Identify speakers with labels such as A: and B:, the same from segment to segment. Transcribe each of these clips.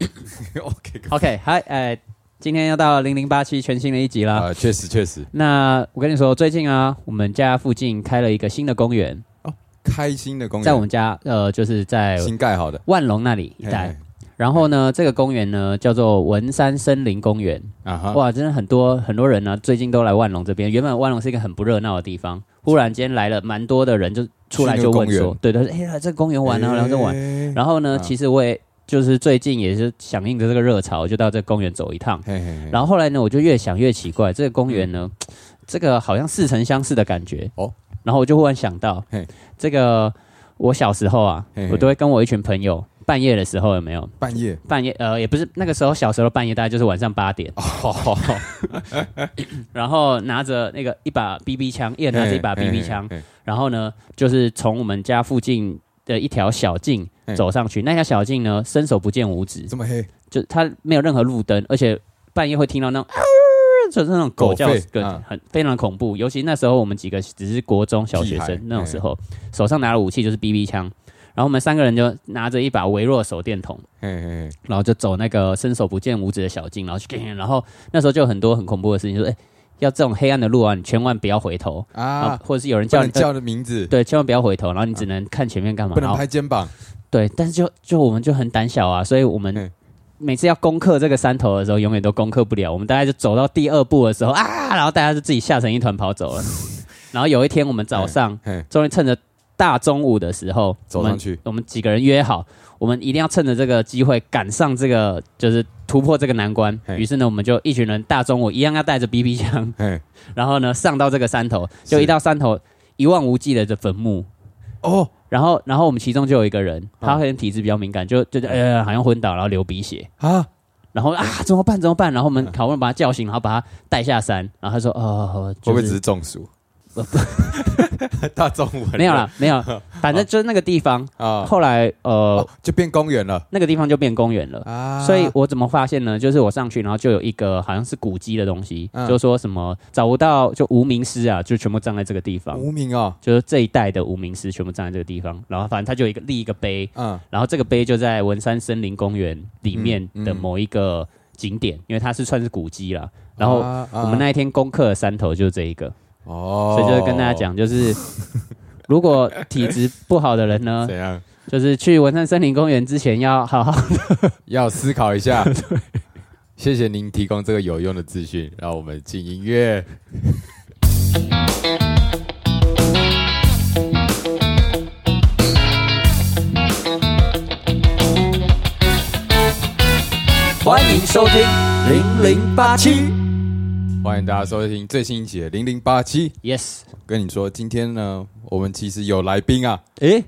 A: OK，
B: OK，嗨，哎，今天又到了零零八七全新的一集啦。
A: 啊，确实确实，
B: 那我跟你说，最近啊，我们家附近开了一个新的公园，
A: 开心的公园，
B: 在我们家，呃，就是在
A: 新盖好的
B: 万隆那里一
A: 嘿
B: 带。然后呢，这个公园呢叫做文山森林公园。
A: 嘿啊哈，
B: 哇，真的很多很多人呢、最近都来万隆这边。原本万隆是一个很不热闹的地方，忽然间来了蛮多的人，就出来就问
A: 去那个公
B: 说
A: 园，
B: 对，他说：“哎、呀，这个公园玩啊，然后就玩。”
A: 嘿
B: 然后呢，
A: 啊
B: 其实我也就是最近也是响应着这个热潮，就到这个公园走一趟。
A: 嘿嘿嘿，
B: 然后后来呢，我就越想越奇怪，这个公园呢，这个好像似曾相识的感觉
A: 嗯哦
B: 哦。然后我就忽然想到
A: 嘿，
B: 这个我小时候啊
A: 嘿嘿，
B: 我都会跟我一群朋友半夜的时候有没有？
A: 半夜
B: 半夜呃，也不是那个时候，小时候半夜大概就是晚上八点，
A: 哦，
B: 然后拿着那个一把 BB 枪，一人拿着一把
A: 嘿嘿
B: BB 枪，
A: 嘿嘿
B: 然后呢，就是从我们家附近的一条小径
A: 嘿
B: 走上去。那条小径呢，伸手不见五指，
A: 这么黑，
B: 就它没有任何路灯，而且半夜会听到那种。 就是那种狗叫
A: 狗吠，
B: 跟
A: 啊
B: 很非常恐怖。尤其那时候我们几个只是国中小学
A: 屁孩哎
B: 生那种时候，手上拿的武器就是 BB 枪，然后我们三个人就拿着一把微弱的手电筒，
A: 嘿嘿嘿，
B: 然后就走那个伸手不见五指的小径，然后去，然后那时候就有很多很恐怖的事情，说，哎、要这种黑暗的路啊，你千万不要回头啊，
A: 啊，
B: 或者是有人
A: 不
B: 叫
A: 能
B: 你呃
A: 叫的名字，
B: 对，千万不要回头，然后你只能看前面干嘛，
A: 不
B: 然
A: 能
B: 后
A: 拍肩膀，
B: 对，但是就就我们就很胆小啊，所以我们
A: 嗯
B: 每次要攻克这个山头的时候，永远都攻克不了。我们大概就走到第二步的时候啊，然后大家就自己吓成一团跑走了。然后有一天我们早上
A: 嘿，
B: 终于趁着大中午的时候
A: 哎走上去
B: 我们，我们几个人约好，我们一定要趁着这个机会赶上这个，就是突破这个难关。
A: 嘿
B: 于是呢，我们就一群人大中午一样要带着 BB 枪，
A: 嘿，
B: 然后呢上到这个山头，就是一到山头一望无际的这坟墓，
A: 哦，
B: 然后，然后我们其中就有一个人，他
A: 嗯
B: 可能体质比较敏感，就就呃好像昏倒，然后流鼻血，
A: 啊，
B: 然后啊怎么办怎么办？然后我们好不容易把他叫醒，然后把他带下山，然后他说哦，
A: 会
B: 就
A: 不会只
B: 是
A: 是中暑
B: 呃？
A: 大中午
B: 没 有啦，没有，反正就是那个地方。
A: 啊，
B: 后来呃
A: 哦，就变公园了
B: 那个地方就变公园了，
A: 啊，
B: 所以我怎么发现呢？就是我上去，然后就有一个好像是古迹的东西，
A: 嗯
B: 就说什么找不到就无名尸啊，就全部葬在这个地方。
A: 无名哦，
B: 就是这一代的无名尸全部葬在这个地方，然后反正他就有一个立一个碑，
A: 嗯，
B: 然后这个碑就在文山森林公园里面的某一个景点，因为它是算是古迹啦。然后
A: 啊啊
B: 我们那一天攻克的山头就是这一个，
A: 哦，
B: 所以就是跟大家讲，就是 如果体质不好的人呢
A: 怎，样，
B: 就是去文山森林公园之前要好好
A: 要思考一下。谢谢您提供这个有用的资讯，让我们进音乐。
B: 欢迎收听零零八七
A: 欢迎大家收听最新一期的零零八七。
B: ，yes，
A: 跟你说，今天呢，我们其实有来宾啊，
B: 诶，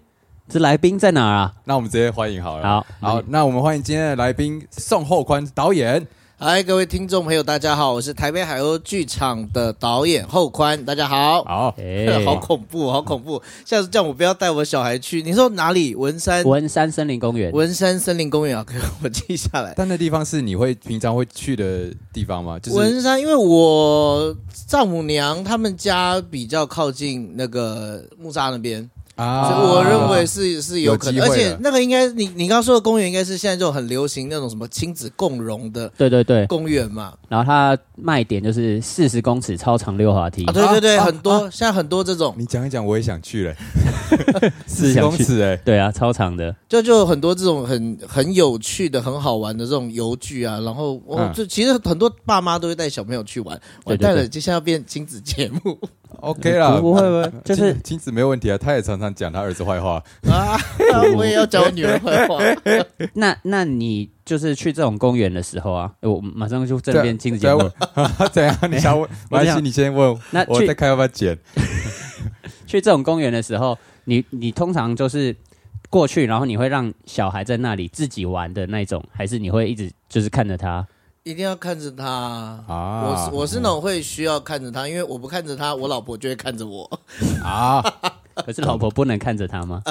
B: 这来宾在哪儿啊？
A: 那我们直接欢迎好了。
B: 好
A: 好，那我们欢迎今天的来宾宋厚宽导演。
C: 嗨，各位听众朋友，大家好，我是台北海鸥剧场的导演后宽，大家好。
A: 好，
B: 诶
C: 好恐怖，好恐怖！下次叫我不要带我小孩去。你说哪里？文山
B: 文山森林公园，
C: 文山森林公园啊，可 以我记下来。
A: 但那地方是你会平常会去的地方吗？就是
C: 文山，因为我丈母娘他们家比较靠近那个木栅那边，
A: 啊
C: 所以我认为是是有可能，
A: 有机
C: 而
A: 会的
C: 且那个应该你你刚刚说的公园，应该是现在这种很流行那种什么亲子共融的
B: 对对对，
C: 公园嘛。
B: 然后它卖点就是四十公尺超长溜滑梯
C: 啊，，对对对，
A: 啊
C: 很多现在很多这种。
A: 你讲一讲，我也想去 了，
B: 是
A: 十
B: 想
A: 公
B: 去
A: 尺哎、
B: 对啊，超长的。
C: 就就有很多这种很很有趣的、很好玩的这种游具啊，然后我、
A: 嗯
C: 就其实很多爸妈都会带小朋友去玩，
B: 对对
C: 完蛋
B: 对
C: 了，接下来要变亲子节目
A: o k 啦，
B: 不会不会，就是
A: 亲子没有问题啊，他也常常讲他儿子坏 话。
C: 啊！我也要讲我女儿坏话，
B: 那那你就是去这种公园的时候啊，诶我马上就正变亲子节
A: 对
B: 目
A: 啊
B: 了。
A: 我 怎样？你想问？ 没
B: 我
A: 关系，
B: 想
A: 你先问。
B: 那
A: 我
B: 去
A: 再看要不要剪。
B: 去这种公园的时候，你你通常就是过去，然后你会让小孩在那里自己玩的那种，还是你会一直就是看着 他？
C: 一定要看着她啊！
A: 啊
C: 我是我是那
B: 嗯
C: 种会需要看着她，因为我不看着她，我老婆就会看着我。
A: 啊
B: 可是老婆不能看着他吗？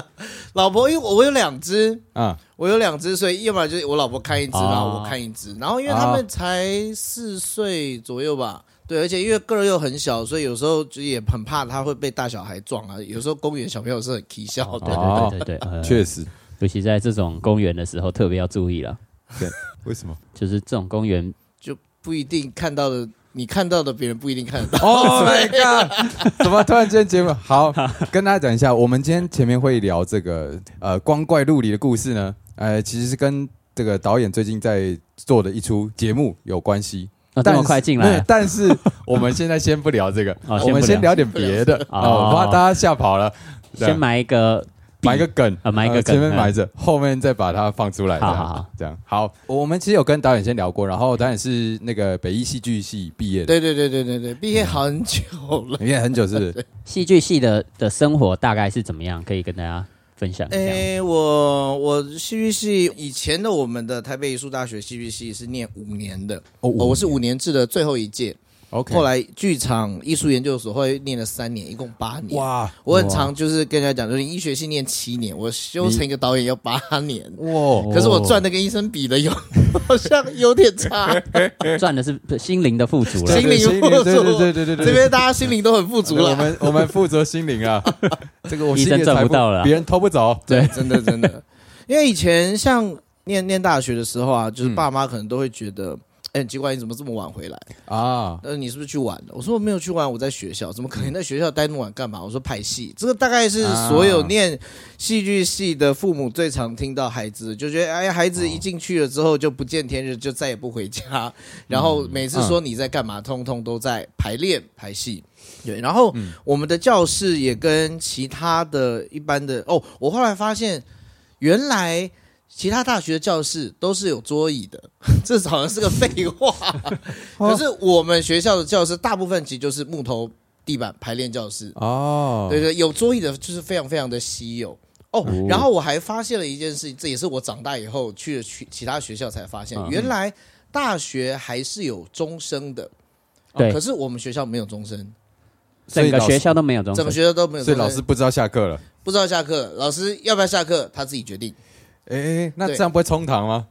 C: 老婆，因为我我有两只，
A: 啊
C: 我有两只，所以要么就是我老婆看一只，
B: 哦
C: 然后我看一只，然后因为他们才四岁左右吧。对，而且因为个儿又很小，所以有时候就也很怕他会被大小孩撞啊。有时候公园小朋友是很啼笑的。
B: 对对对对对，呃
A: 确实，
B: 尤其在这种公园的时候，特别要注意了。
A: 对，为什么？
B: 就是这种公园，
C: 不一定看到的，你看到的别人不一定看得到。
A: Oh my god！怎么突然间节目好？跟大家讲一下，我们今天前面会聊这个呃光怪陆离的故事呢，呃，其实是跟这个导演最近在做的一出节目有关系。
B: 哦，这
A: 但
B: 么
A: 是
B: 快进
A: 没有
B: 来，
A: 但是我们现在先不聊这个，
B: 哦先不聊
A: 我们先聊点别的
B: 哦
A: 哦，怕大家吓跑了。对
B: 先埋一个
A: 埋一个梗
B: 啊埋一个
A: 呃
B: 梗
A: 前面埋着，后面再把它放出来。
B: 好
A: 这样
B: 好好，
A: 这样好。我们其实有跟导演先聊过，然后导演是那个北艺戏剧系毕业的，
C: 对对对对对对，毕业很久了。
A: 因为很久是不 是
B: 戏剧系的的生活大概是怎么样，可以跟大家分享一下。
C: 诶、哎我我戏剧系以前的我们的台北艺术大学戏剧系是念五年的，
A: 哦
C: 哦我是五年制的最后一届，
A: OK，
C: 后来剧场艺术研究所后来念了三年，一共八年。
A: 哇，
C: 我很常就是跟人家讲，就是你医学系念七年，我修成一个导演要八年，
A: 哇，
C: 可是我赚的跟医生比的有 好像有点 差，
B: 赚的是不是心灵的富足了
C: 心，灵
A: 哦对对对
C: 富足
A: 对对对对，
C: 这边大家心灵都很富足
A: 我
C: 了。
A: 们我们负责心灵 啊，这个我
B: 医生
A: 心里的
B: 赚不
A: 财富
B: 到了啊
A: 别人偷不走。
C: 对，真的真的，因为以前像念念大学的时候啊，就是
A: 嗯
C: 爸妈可能都会觉得。哎、很奇怪，你怎么这么晚回来？
A: 啊，
C: 呃，你是不是去玩了？我说我没有去玩，我在学校。怎么可能在学校待那么晚干嘛？我说拍戏，这个大概是所有
A: 嗯啊
C: 念戏剧系的父母最常听到孩子就觉得，哎，孩子一进去了之后就不见天日，就再也不回家。然后每次说你在干嘛，通通都在排练排戏。对，然后我们的教室也跟其他的一般的哦，我后来发现原来。其他大学的教室都是有桌椅的， 这好像是个废话。可是我们学校的教室大部分其实就是木头地板排练教室，
A: 哦，
C: 对对，有桌椅的就是非常非常的稀有哦。然后我还发现了一件事情，这也是我长大以后去了去其他学校才发现，
B: 嗯
C: 原来大学还是有终生的，
B: 对
C: 哦可，是我们学校没有终身，
A: 所以
B: 整个
A: 老师
B: 学校都没有东西
C: 整个。学校都没有
A: 所
C: 终
A: 以
C: 身。
A: 老师不知道下课了。
C: 不知道下课，老师要不要下课，他自己决定。
A: 哎，那
C: 对
A: 这样不会冲堂吗？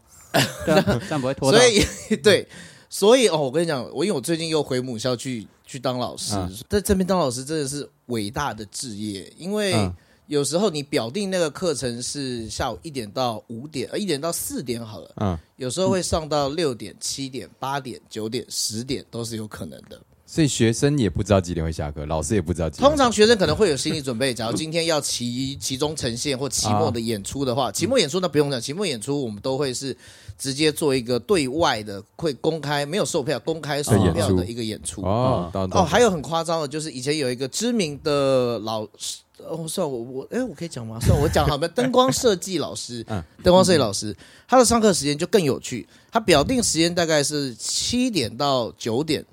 B: 对啊， 这样不会拖到
C: 所。以 对，所以哦，我跟你讲，我因为我最近又回母校去去当老师，
A: 嗯
C: 在这边当老师真的是伟大的职业，因为
A: 嗯
C: 有时候你表定那个课程是下午一点到五点，呃一点到四点好了，
A: 嗯，
C: 有时候会上到六点、七点、八点、九点、十点都是有可能的。
A: 所以学生也不知道几点会下课，老师也不知道几点。
C: 通常学生可能会有心理准备，假如今天要期期中呈现或期末的演出的
A: 嗯
C: 话，期末演出那不用讲，期末演出我们都会是直接做一个对外的，会公开没有售票，公开售
A: 的演
C: 票
A: 出
C: 的一个演出。
A: 哦，懂
C: 哦，
A: 懂。
C: 还有很夸张的，就是以前有一个知名的老师，哦，算我我哎，我可以讲吗？算我讲好吧。灯光设计老师，
A: 嗯
C: 灯光设计老师，他的上课时间就更有趣，他表定时间大概是七点到九点，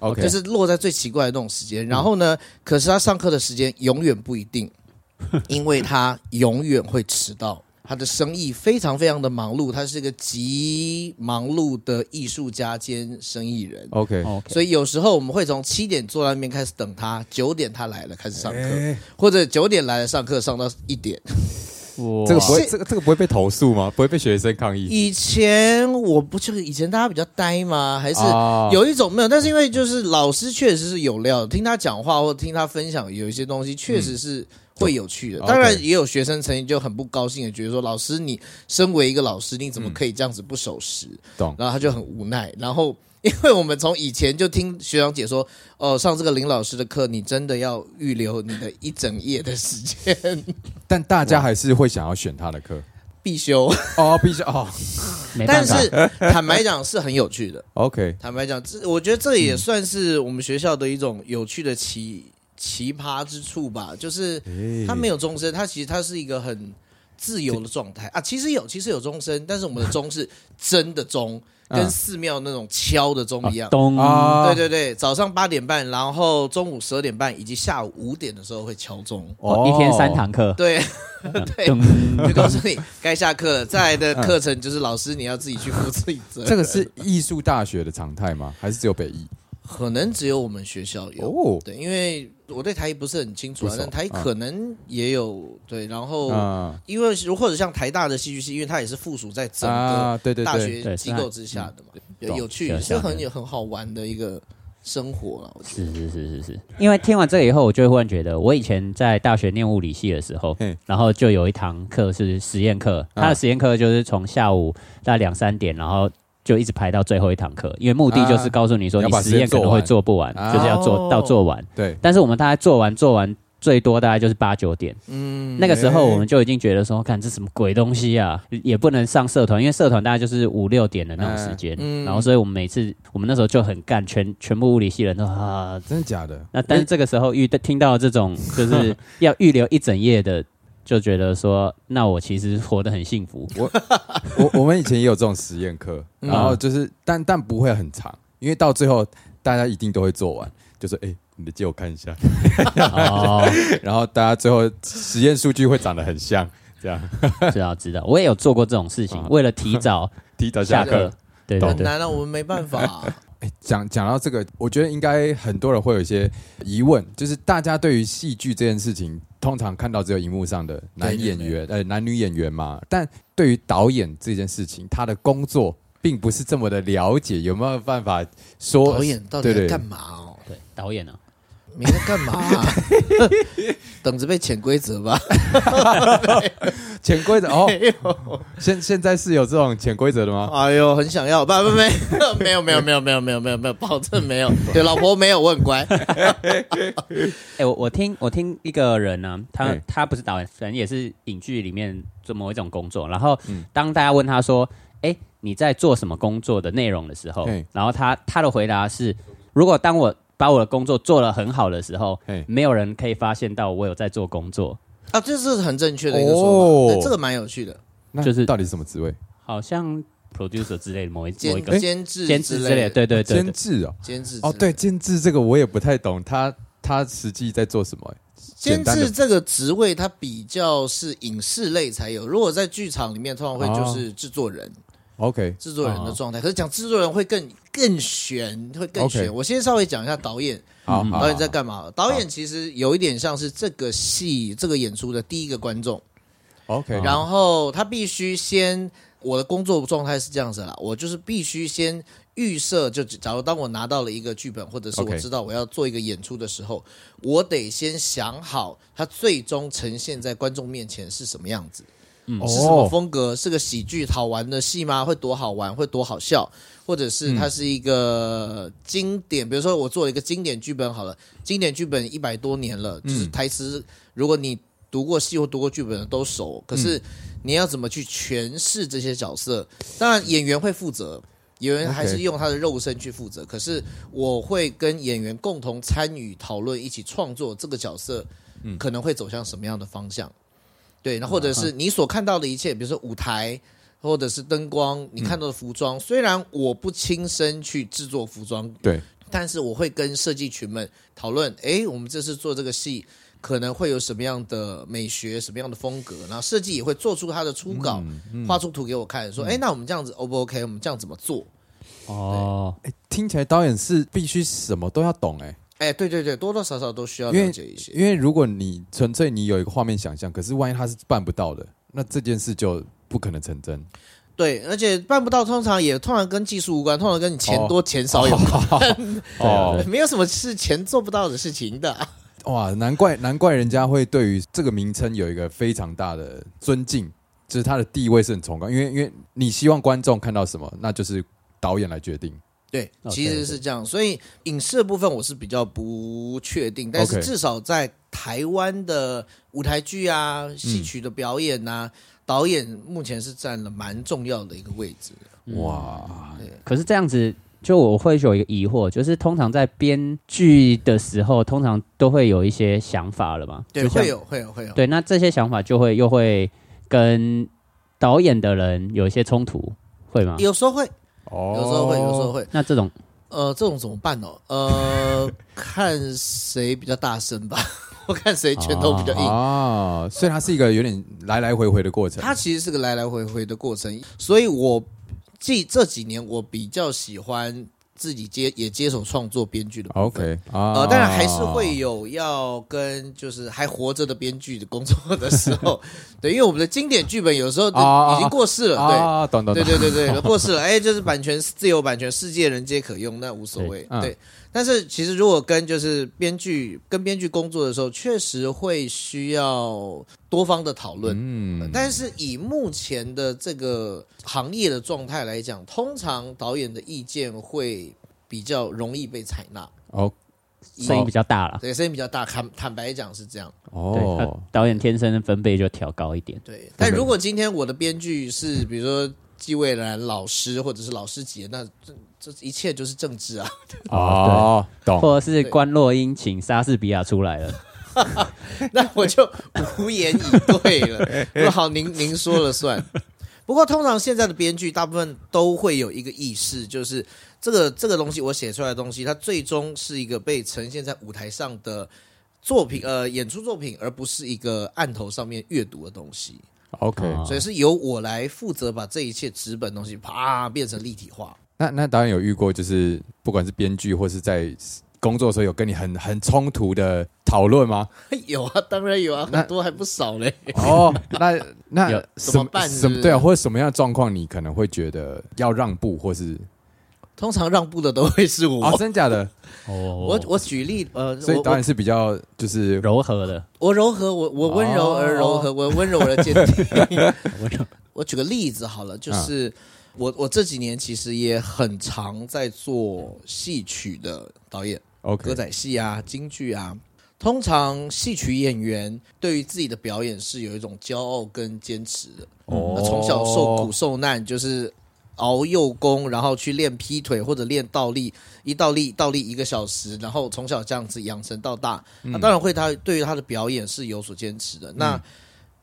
A: OK，
C: 哦就是落在最奇怪的那种时间。然后呢，可是他上课的时间永远不一 定，因为他永远会迟到。他的生意非常非常的忙碌，他是一个极忙碌的艺术家兼生意人。
A: OK，
B: 哦 OK，
C: 所以有时候我们会从七点坐在那边开始等他，九点他来了开始上课，或者九点来了上课上到哎一点。
A: 这个
B: 哇
A: 不会，
C: 是
A: 这个这个不会被投诉吗？不会被学生抗议？
C: 以前我不就是以前大家比较呆吗？还是
B: 啊
A: 哦
C: 有一种没有？但是因为就是老师确实是有料的，听他讲话或听他分享有一些东西确实
B: 嗯
C: 是。会有趣的，
A: OK
C: 当然也有学生曾经就很不高兴的，觉得说老师，你身为一个老师，你怎么可以这样子不守时？
A: 懂
C: 然后他就很无奈，然后因为我们从以前就听学长姐说，哦，上这个林老师的课，你真的要预留你的一整夜的时间
A: 但大家还是会想要选他的课
C: 必修，
A: 哦，必须哦。
B: 没办
C: 但
B: 法，
C: 是坦白讲是很有趣的。
A: OK，
C: 坦白讲，这我觉得这也
A: 嗯
C: 算是我们学校的一种有趣的奇奇葩之处吧，就是他没有终身，他其实他是一个很自由的状态啊。其实有，其实有终身，但是我们的钟是真的 钟，跟
A: 嗯
C: 寺庙那种敲的钟一样
B: 啊。咚
A: 啊，
C: 嗯对对对，早上八点半，然后中午十二点半以及下午五点的时候会敲钟。
B: 哦，一天三堂 课，嗯
C: 对，对
B: 咚
C: 就告诉你该下课了。再来的课程就是老师你要自己去负自己责任。
A: 嗯这个是艺术大学的常态吗？还是只有北艺？
C: 可能只有我们学校有，
A: 哦，
C: 对，因为我对台艺不是很清楚啊
A: 不，熟
C: 但台艺可能也有对，然后。
A: 啊
C: 因为如或者像台大的戏剧系，因为它也是附属在整个
A: 啊，对对
C: 大
A: 对，嗯
C: 学机构之下的嘛，
A: 懂
C: 有趣
B: 有
C: 是
B: 下
C: 很
B: 面
C: 有很好玩的一个生活了。我觉得
B: 是是是是是，因为听完这个以后，我就会忽然觉得，我以前在大学念物理系的时候
A: 嘿，
B: 然后就有一堂课是实验课，
A: 啊
B: 他的实验课就是从下午大概两三点，然后就一直排到最后一堂课，因为目的就是告诉你说
A: 啊
B: 你
A: 要把
B: 实验可能会做不完，
A: 做完
B: 就是要做
C: 哦
B: 到做完。
A: 对，
B: 但是我们大概做完做完最多大概就是八九点，嗯，那个时候
C: 哎
B: 我们就已经觉得说，看这什么鬼东西啊，
C: 嗯
B: 也不能上社团，因为社团大概就是五六点的那种时间，
C: 嗯嗯
B: 然后所以我们每次我们那时候就很干，全全部物理系人都啊，
A: 真的假的？
C: 嗯
B: 那但是这个时候遇 听到这种就是要预留一整夜的。就觉得说，那我其实活得很幸 福。
A: 我我们以前也有这种实验课，
C: 嗯
A: 然后就是但但不会很长，因为到最后大家一定都会做完，就说哎、你的借我看一下，
B: 哦，
A: 然后大家最后实验数据会长得很像，这样
B: 知道啊知道，我也有做过这种事情，
C: 啊
B: 为了提 早
A: 提早
B: 下
A: 下课
B: 课。对对
C: 很
B: 对，
C: 难啊，我们没办 法啊。
A: 讲讲到这个，我觉得应该很多人会有一些疑问，就是大家对于戏剧这件事情，通常看到只有荧幕上的男演员，呃，男女演员嘛。但对于导演这件事情，他的工作并不是这么的了解，有没有办法说
C: 导演到底
A: 对
C: 在
A: 对
C: 干嘛哦？
B: 对导演啊呢？
C: 你在干嘛啊、 等着被潜规则吧。
A: 潜规 则？哦，现现在是有这种潜规则的吗？
C: 哎呦，很想要，不不没没有没有没有没有没有没有没有，保证没 有。对，老婆没有，我很乖。
B: 哎、我我听我听一个人呢、他
A: 哎
B: 他不是导演，反正也是影剧里面做某一种工作。然后当大家问他说：“哎、你在做什么工作的内容的时候
A: 哎？”
B: 然后他他的回答是：“如果当我把我的工作做得很好的时候
A: 哎，
B: 没有人可以发现到我有在做工作。
C: 啊，这是很正确的一个说法，
A: 哦
C: 哎这个蛮有趣的，
A: 那
B: 就是
A: 到底是什么职位？”
B: 好像 producer 之类的 某一某一
C: 监
B: 个
C: 监制
B: 监制之
C: 类
B: 类的，，对对对
A: 监
B: 对，
A: 制哦，
C: 监制
A: 哎哦，
C: 之类
A: 对，
C: 的，
A: 监制这个我也不太懂，他他实际在做什么、
C: 监
A: 简单的
C: 制这个职位它比较是影视类才有，如果在剧场里面，通常会就是制作人。
A: OK，
C: 制作人的
B: 哦
C: 状态，可是讲制作人会更更悬，会更
A: OK
C: 悬。我先稍微讲一下导演，
A: 好，
B: 嗯
A: 好
C: 导演在干嘛好了？导演其实有一点像是这个戏、这个演出的第一个观众，
A: OK，
C: 然后他必须先，我的工作状态是这样子啦，我就是必须先预设，就假如当我拿到了一个剧本，或者是我
A: OK
C: 知道我要做一个演出的时候，我得先想好它最终呈现在观众面前是什么样子。
A: 嗯
C: 是什
A: 哦
C: 么风格？是个喜剧好玩的戏吗？会多好玩？会多好笑？或者是它是一个经典？比如说我做了一个经典剧本好了，经典剧本一百多年了，就是台词，如果你读过戏或读过剧本的都熟，可是你要怎么去诠释这些角色？当然演员会负责。演员还是
A: OK
C: 用他的肉身去负责可是我会跟演员共同参与讨论，一起创作这个角色，可能会走向什么样的方向。对，那或者是你所看到的一切，比如说舞台或者是灯光，你看到的服装，虽然我不亲身去制作服装，
A: 对，
C: 但是我会跟设计群们讨论，诶，我们这次做这个戏可能会有什么样的美学，什么样的风格，然后设计也会做出它的初稿，画出图给我看，说，诶，哎那我们这样子 O 不 OK？我们这样怎么做？
B: 哦，
A: 听起来导演是必须什么都要懂哎、
C: 哎，对对对，多多少少都需要
A: 因为
C: 了解一些。
A: 因为如果你纯粹你有一个画面想象，可是万一他是办不到的，那这件事就不可能成真。
C: 对，而且办不到，通常也通常跟技术无关，通常跟你钱多钱少有关，
B: 哦，
C: 没有什么是钱做不到的事情的。
A: 哇，难怪难怪人家会对于这个名称有一个非常大的尊敬，就是他的地位是很崇高，因为因为你希望观众看到什么，那就是导演来决定。
C: 对，
B: 哦
C: 其
B: 对
C: 实
B: 对
C: 是这样，所以影视的部分我是比较不确定，但是
A: OK
C: 至少在台湾的舞台剧啊、戏曲的表演呐、导演目前是占了蛮重要的一个位置。
A: 哇，
B: 可是这样子，就我会有一个疑惑，就是通常在编剧的时候，通常都会有一些想法了嘛？
C: 对，
B: 就像
C: 会。有，会有，会有。
B: 对，那这些想法就会又会跟导演的人有一些冲突，会吗？
C: 有时候会，
A: 哦
C: 有时候会，有时候会。
B: 那这种
C: 呃，这种怎么办哦？呃，看谁比较大声吧， 我看谁拳头比较硬。
A: 啊，所以它是一个有点来来回回的过程。
C: 它其实是个来来回回的过程，所以我记这几年我比较喜欢自己接也接手创作编剧的部分。
A: OK 啊，
C: 呃，当然还是会有要跟就是还活着的编剧的工作的时候，对，因为我们的经典剧本有时候都
A: 啊
C: 已经过世了，
A: 啊，懂懂
C: 对，
A: 懂，
C: 对对对对，过世了，哎，就是版权自由版权，世界人皆可用，那无所谓，
A: 对嗯
C: 对。但是其实如果跟就是编剧跟编剧工作的时候，确实会需要多方的讨论。
A: 嗯，
C: 但是以目前的这个行业的状态来讲，通常导演的意见会比较容易被采纳，
A: 哦
B: 声音比较大了。
C: 对，声音比较大。坦坦白讲是这样，
B: 对，他
A: 哦，
B: 导演天生的分贝就调高一点。
C: 对。但如果今天我的编剧是比如说季蔚然老师或者是老师级的，那这这一切就是政治啊。
A: 哦，懂，
B: 或者是关洛英请莎士比亚出来 了，
C: 那我就无言以对 了。那好，您您说了算。不过，通常现在的编剧大部分都会有一个意识，就是这个这个东西，我写出来的东西，它最终是一个被呈现在舞台上的作品，呃，演出作品，而不是一个案头上面阅读的东西。
A: ，OK。
B: 哦
C: 所以是由我来负责把这一切纸本东西啪变成立体化。
A: 那那导演有遇过，就是不管是编剧或是在工作的时候，有跟你很很冲突的讨论吗？
C: 有啊，当然有啊，
A: 那
C: 很多还不少嘞。
A: 哦，那那
B: 有
A: 什
C: 怎么办
A: 什
C: 是不是
A: 对啊，或者什么样的状况你可能会觉得要让步，或是
C: 通常让步的都会是我。
A: 哦，真假的？
C: 我
B: 哦，
C: 我举例，呃，
A: 所以
C: 我
A: 导
C: 我
A: 演是比较就是
B: 柔和的，
C: 我柔和，我我温柔而柔和，我温柔而坚定。
B: 温柔
C: 我举个例子好了，就是、我我这几年其实也很常在做戏曲的导演，歌
A: OK
C: 仔戏啊、京剧啊。通常戏曲演员对于自己的表演是有一种骄傲跟坚持的。
A: 哦
C: 那从小受苦受难，就是熬幼功，然后去练劈腿或者练倒立，一倒立倒立一个小时，然后从小这样子养成到大。
A: 嗯
C: 那、啊当然会他对于他的表演是有所坚持的。那、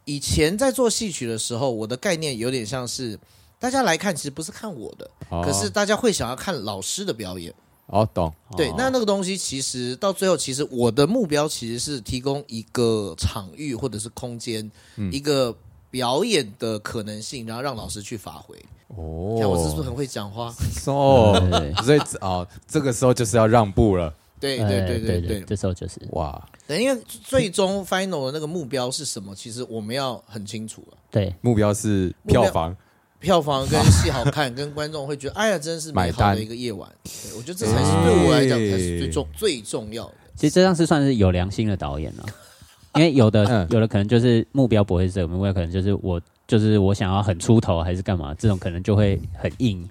C: 以前在做戏曲的时候，我的概念有点像是。大家来看，其实不是看我的，
A: 哦
C: 可是大家会想要看老师的表演。
A: 哦懂
C: 对
B: 哦，
C: 那那个东西其实到最后，其实我的目标其实是提供一个场域或者是空间，一个表演的可能性，然后让老师去发挥。
A: 哦
C: 看我是不是很会讲话？
A: 哦，
B: 对
A: 所以哦，这个时候就是要让步了
C: 对
B: 哎
C: 对对对
B: 对
C: 对
B: 这时候就是
A: 哇！
C: 对，因为最终 final 的那个目标是什么，其实我们要很清楚了。
B: 对
A: 目标是票房
C: 票房跟戏好看，跟观众会觉得，哎呀，真是美
A: 买
C: 好
A: 单
C: 的一个夜晚。对我觉得这才是对我来讲才是最重最重要的。
B: 其实这样是算是有良心的导演了， 因为有的、
A: 嗯
B: 有的可能就是目标不会是这个，目标可能就是我就是我想要很出头还是干嘛，这种可能就会很硬。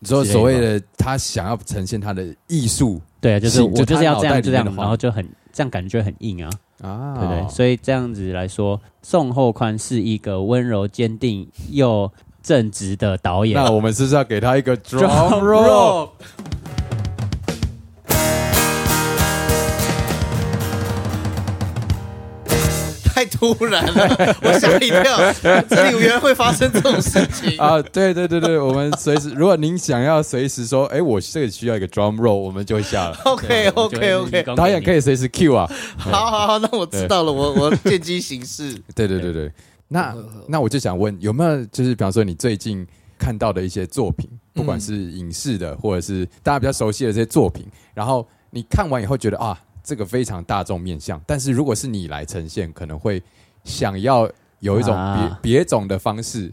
A: 你说
B: 之类的
A: 所谓的他想要呈现他的艺术
B: 对啊，就是
A: 是
B: 我
A: 就他
B: 就是要
A: 脑
B: 这
A: 袋
B: 样
A: 里
B: 就
A: 面
B: 这样
A: 的，话
B: 然后就很这样感觉就会很硬啊，
A: 啊，
B: 对不对？所以这样子来说，宋厚宽是一个温柔坚定又正直的导演。
A: 那我们是不是要给他一个 drum
B: 啊 Drum
A: roll？
B: roll
C: 太突然了，我吓一跳，这里原来会发生这种事情。
A: 啊，对对对对，我们随时，如果您想要随时说，哎，我这里需要一个 drum roll，我们就会下了。
C: OK
B: 我就
C: OK
B: 会提
C: OK，
B: 供给
A: 导演
B: 你
A: 啊可以随时 cue 啊。
C: 好好好，那我知道了，我我见机行事。
A: 对对对对，那那我就想问，有没有就是比方说你最近看到的一些作品，不管是影视的，或者是大家比较熟悉的这些作品，然后你看完以后觉得啊，这个非常大众面向，但是如果是你来呈现，可能会想要有一种
B: 啊
A: 别别种的方式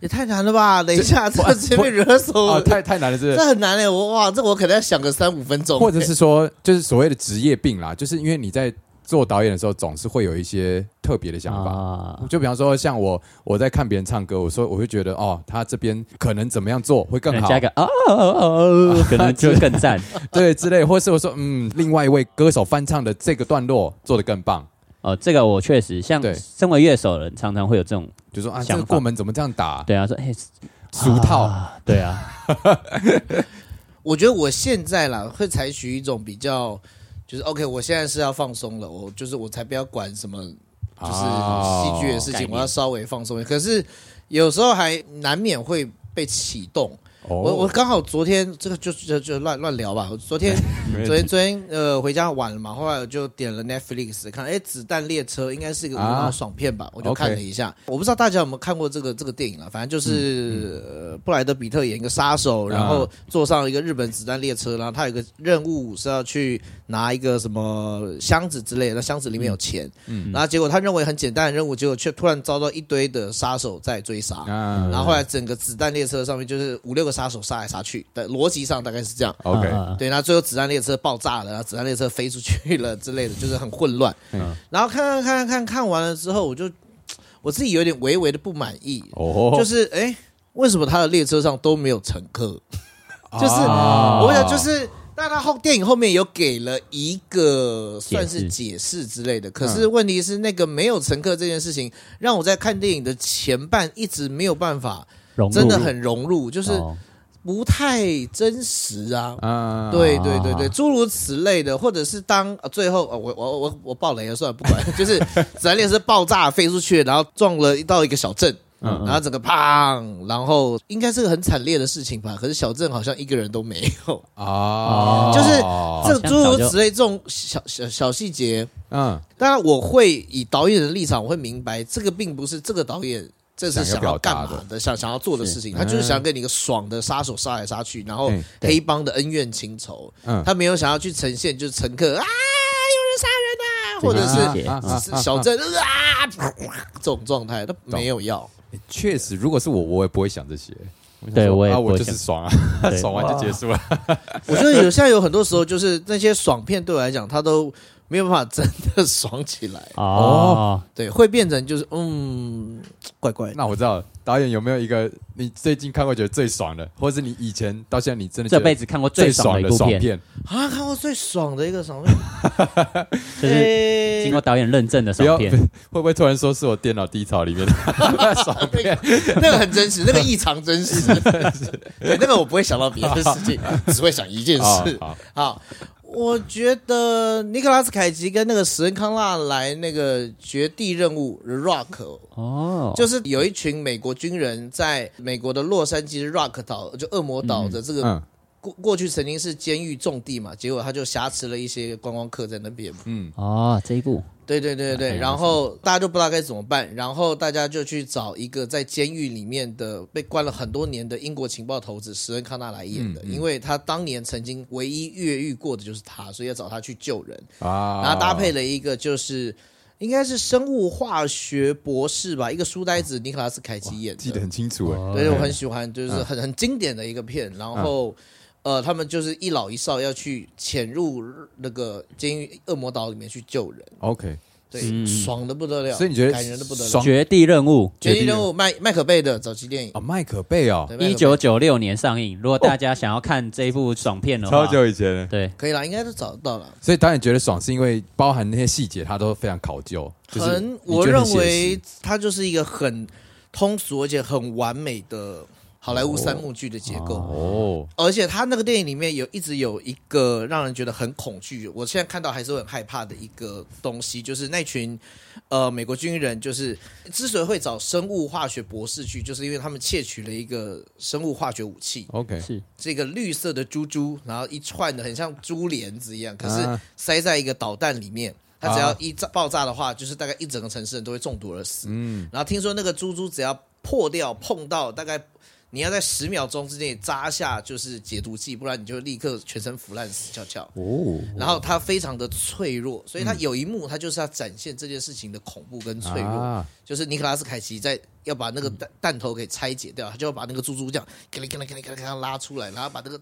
C: 也太难了吧！等一下，这
A: 不
C: 个前面热搜，
A: 啊，太太难了，这
C: 呃这很难嘞、欸我哇，这我可能要想个三五分钟、
A: 或者是说，就是所谓的职业病啦，就是因为你在做导演的时候，总是会有一些特别的想法。
B: 啊，
A: 就比方说，像我，我在看别人唱歌，我说我会觉得，哦，他这边可能怎么样做会更好
B: 加一，个哦 哦哦，可能就更赞。
A: 对之类，或是我说，嗯，另外一位歌手翻唱的这个段落做得更棒，
B: 哦，这个我确实像
A: 对
B: 身为乐手的人，常常会有这种
A: 就说啊，这
B: 想法
A: 个过门怎么这样打，
B: 对啊，说哎，
A: 俗套，
B: 啊对啊，
C: 我觉得我现在啦，会采取一种比较，就是 OK，我现在是要放松了，我就是我才不要管什么就是戏剧的事
B: 概
C: 情，
B: 念
C: 我要稍微放松一点。可是有时候还难免会被启动。
A: 哦
C: 我我刚好昨天这个就就就乱乱聊吧，我 昨天昨天昨天呃回家晚了嘛，后来我就点了 Netflix 看，哎，《子弹列车》应该是一个无
A: 啊
C: 啊脑爽片吧，我就看了一下。我不知道大家有没有看过这个这个电影了，反正就是、呃布莱德比特演一个杀手，
A: 嗯
C: 然后坐上一个日本子弹列车，然后他有一个任务是要去拿一个什么箱子之类的，那箱子里面有钱，
A: 嗯
C: 然后结果他认为很简单的任务，结果却突然遭到一堆的杀手在追杀，
A: 啊
C: 然后后来整个子弹列车上面就是五六个杀手杀来杀去的逻辑上大概是这样。
A: OK，
B: 嗯
C: 对，那最后子弹列车爆炸了，然后子弹列车飞出去了之类的，就是很混乱。
A: 嗯
C: 然后看看看看看完了之后，我就我自己有点微微的不满意，
A: 哦，
C: 就是哎、诶为什么他的列车上都没有乘客？就是
A: 啊
C: 我想就是，但他后电影后面有给了一个算是解释之
A: 嗯
C: 类的，可是问题是那个没有乘客这件事情，让我在看电影的前半一直没有办法
B: 融入
C: 真的很融入，就是
B: 哦
C: 不太真实啊。
A: 啊
C: 对对对对，
B: 啊
C: 诸如此类的，或者是当、呃、最后、呃、我我我我爆雷了，算了，不管， 就是子弹列车爆炸飞出去，然后撞了到一个小镇，
B: 嗯嗯
C: 然后整个砰，然后应该是个很惨烈的事情吧？可是小镇好像一个人都没有，
A: 啊，
C: 就是
B: 哦像
C: 这诸如此类这种小小小细节，
A: 嗯
C: 当然我会以导演的立场，我会明白这个并不是这个导演。这是
A: 想要
C: 想
A: 表
C: 要干
A: 达
C: 嘛的？想想要做的
B: 是
C: 事情，他就是
A: 嗯
C: 想给你一个爽的杀手杀来杀去，然后
A: 嗯
B: 对
C: 黑帮的恩怨情仇，
A: 嗯，
C: 他没有想要去呈现就是乘客啊有人杀人啊，或者
B: 对
C: 是
B: 啊
C: 只是小镇啊这种状态，他没有要。
A: 确实，如果是我，我也不会想这些。想
B: 对
A: 说
B: 我也
A: 啊，
B: 不会
A: 我就是
B: 想
A: 爽啊，
B: 对
A: 爽完就结束了。
C: 我觉得有现在有很多时候，就是那些爽片对我来讲，他都没有办法真的爽起来，
B: 哦，
C: 对，会变成就是嗯，怪怪的。
A: 那我知道了导演有没有一个你最近看过觉得最爽的，或者是你以前到现在你真的觉
B: 这
A: 得
B: 辈子看过
A: 最
B: 爽
A: 爽的
B: 的一部
A: 爽
B: 片，
A: 片？
C: 啊，看过最爽的一个 爽哎片，
B: 就是经过导演认证的
A: 不
B: 爽
A: 要
B: 片。
A: 会不会突然说是我电脑低潮里 面的爽
C: 那个 那个很真实，那个异常真 实。对，那个我不会想到别的事情，只会想一件
A: 啊
C: 事？。
A: 好
C: 好，我觉得尼克拉斯凯奇跟那个史恩康纳来那个绝地任务 The Rock，
B: 哦，
C: 就是有一群美国军人在美国的洛杉矶 Rock 岛，就恶魔岛的这个、
A: 嗯
C: 过过去曾经是监狱重地嘛，结果他就挟持了一些观光客在那边。
A: 嗯，
B: 哦，这一部
C: 对对对对
B: 哎
C: 对，
B: 呀
C: 然后大家就不知道该怎么办，然后大家就去找一个在监狱里面的被关了很多年的英国情报头子史恩康纳来演的，
A: 嗯嗯
C: 因为他当年曾经唯一越狱过的就是他，所以要找他去救人。
A: 啊
C: 然后搭配了一个就是应该是生物化学博士吧，一个书呆子尼克拉斯凯奇演
A: 啊记得
C: 的，
A: 很清楚
B: 哦
A: 哎，
C: 对，我
A: 嗯
C: 很喜欢，就是很很经典的一个片。然后呃，他们就是一老一少要去潜入那个监狱恶魔岛里面去救人，
A: OK，
C: 对，
B: 嗯
C: 爽的不得了，
A: 所以你觉得
C: 感人的不得了
A: 爽。
B: 绝地任务
C: 绝地任务麦麦可贝的早期电影
A: 啊，，麦可贝哦，
C: 对麦可贝
B: 一九九六年上映。如果大家想要看这一部爽片的话，
A: 超久以前了。
B: 对，
C: 可以啦，应该都找得到了。
A: 所以导演觉得爽，是因为包含那些细节，他都非常考究。就是
C: 很，
A: 你
C: 我
A: 觉得
C: 认
A: 很写
C: 为
A: 实
C: 它就是一个很通俗而且很完美的好莱坞三幕剧的结构。
A: 哦，
C: 而且他那个电影里面有一直有一个让人觉得很恐惧，我现在看到还是会很害怕的一个东西，就是那群呃美国军人，就是之所以会找生物化学博士去，就是因为他们窃取了一个生物化学武器，
A: OK，
B: 是
C: 这个绿色的珠珠，然后一串的很像珠帘子一样，可是
A: 啊
C: 塞在一个导弹里面，它只要
A: 啊
C: 一炸爆炸的话，就是大概一整个城市人都会中毒而死。
A: 嗯，
C: 然后听说那个珠珠只要破掉、碰到，大概你要在十秒钟之内扎下就是解毒剂，不然你就立刻全身腐烂死翘翘。
B: 哦，
C: 然后它非常的脆弱，所以
A: 嗯
C: 它有一幕它就是要展现这件事情的恐怖跟脆弱，
A: 啊
C: 就是尼克拉斯凯奇在要把那个弹弹头给拆解掉，他就要把那个珠珠这样给啦给啦给啦给啦给啦拉出来，然后把那个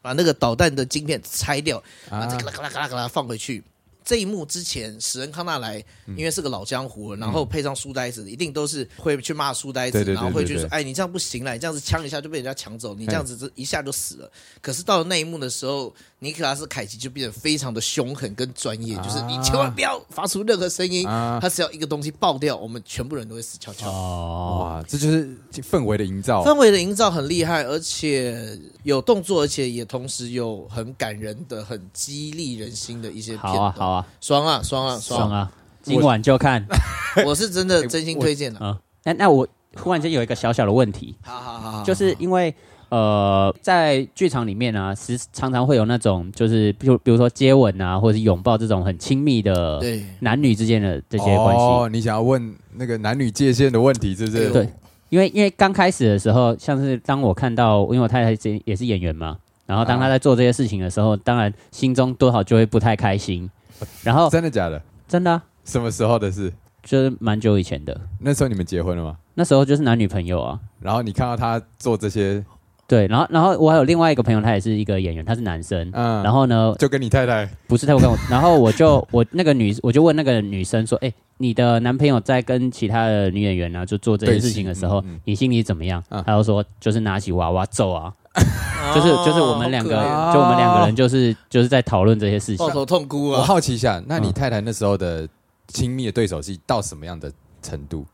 C: 把那个导弹的晶片拆掉，
A: 啊
C: 然后再嘎啦嘎啦嘎啦嘎啦放回去。这一幕之前，史恩康纳莱
A: 嗯
C: 因为是个老江湖了，然后配上书呆子，一定都是会去骂书呆子，
A: 对对对
C: 然后会去
A: 对
C: 说：“
A: 对
C: 哎，你这样不行了，你这样子枪一下就被人家抢走，你这样子这一下就死了。”可是到了那一幕的时候，尼克拉斯凯奇就变得非常的凶狠跟专业，就是你千万不要发出任何声音，
A: 啊
C: 他只要一个东西爆掉，我们全部人都会死翘翘。
B: 哦，
A: 哇，这就是氛围的营造。
C: 氛围的营造很厉害，而且有动作，而且也同时有很感人的、很激励人心的一些片
B: 好啊，
C: 段。
B: 好啊，
C: 爽啊，爽啊，
B: 爽
C: 爽啊！
B: 啊，今晚就看。
C: 我是真的真心推荐的。啊
B: 嗯，那那我忽然间有一个小小的问题，
C: 好好好好，
B: 就是因为呃，在剧场里面啊，时常常会有那种就是比如比如说接吻啊，或者是拥抱这种很亲密的
C: 对
B: 男女之间的这些关系。
A: 哦哦，你想要问那个男女界限的问题，是不
C: 哎
A: 是？
C: 呦
B: 对，因为因为刚开始的时候，像是当我看到，因为我太太是也是演员嘛，然后当
C: 啊
B: 她在做这些事情的时候，当然心中多少就会不太开心。然后
A: 真的假的？
B: 真的啊、
A: 什么时候的事？
B: 就是蛮久以前的，
A: 那时候你们结婚了吗？
B: 那时候就是男女朋友啊。
A: 然后你看到他做这些，
B: 对，然后然后我还有另外一个朋友，他也是一个演员，他是男生。
A: 嗯，
B: 然后呢，
A: 就跟你太太，
B: 不是太我跟我，然后我就 我那个女，我就问那个女生说：“哎、你的男朋友在跟其他的女演员呢、就做这些事情的时候，
A: 对嗯嗯
B: 你心里怎么样？”
A: 嗯
B: 她就说：“就是拿起娃娃揍啊，就是
C: 啊
B: 就是我们两个，
A: 好可爱
B: 就我们两个人就是就是在讨论这些事情
C: 抱。头痛哭
A: 我
C: 啊！
A: 好奇一下，那你
B: 嗯
A: 太太那时候的亲密的对手是到什么样的程度？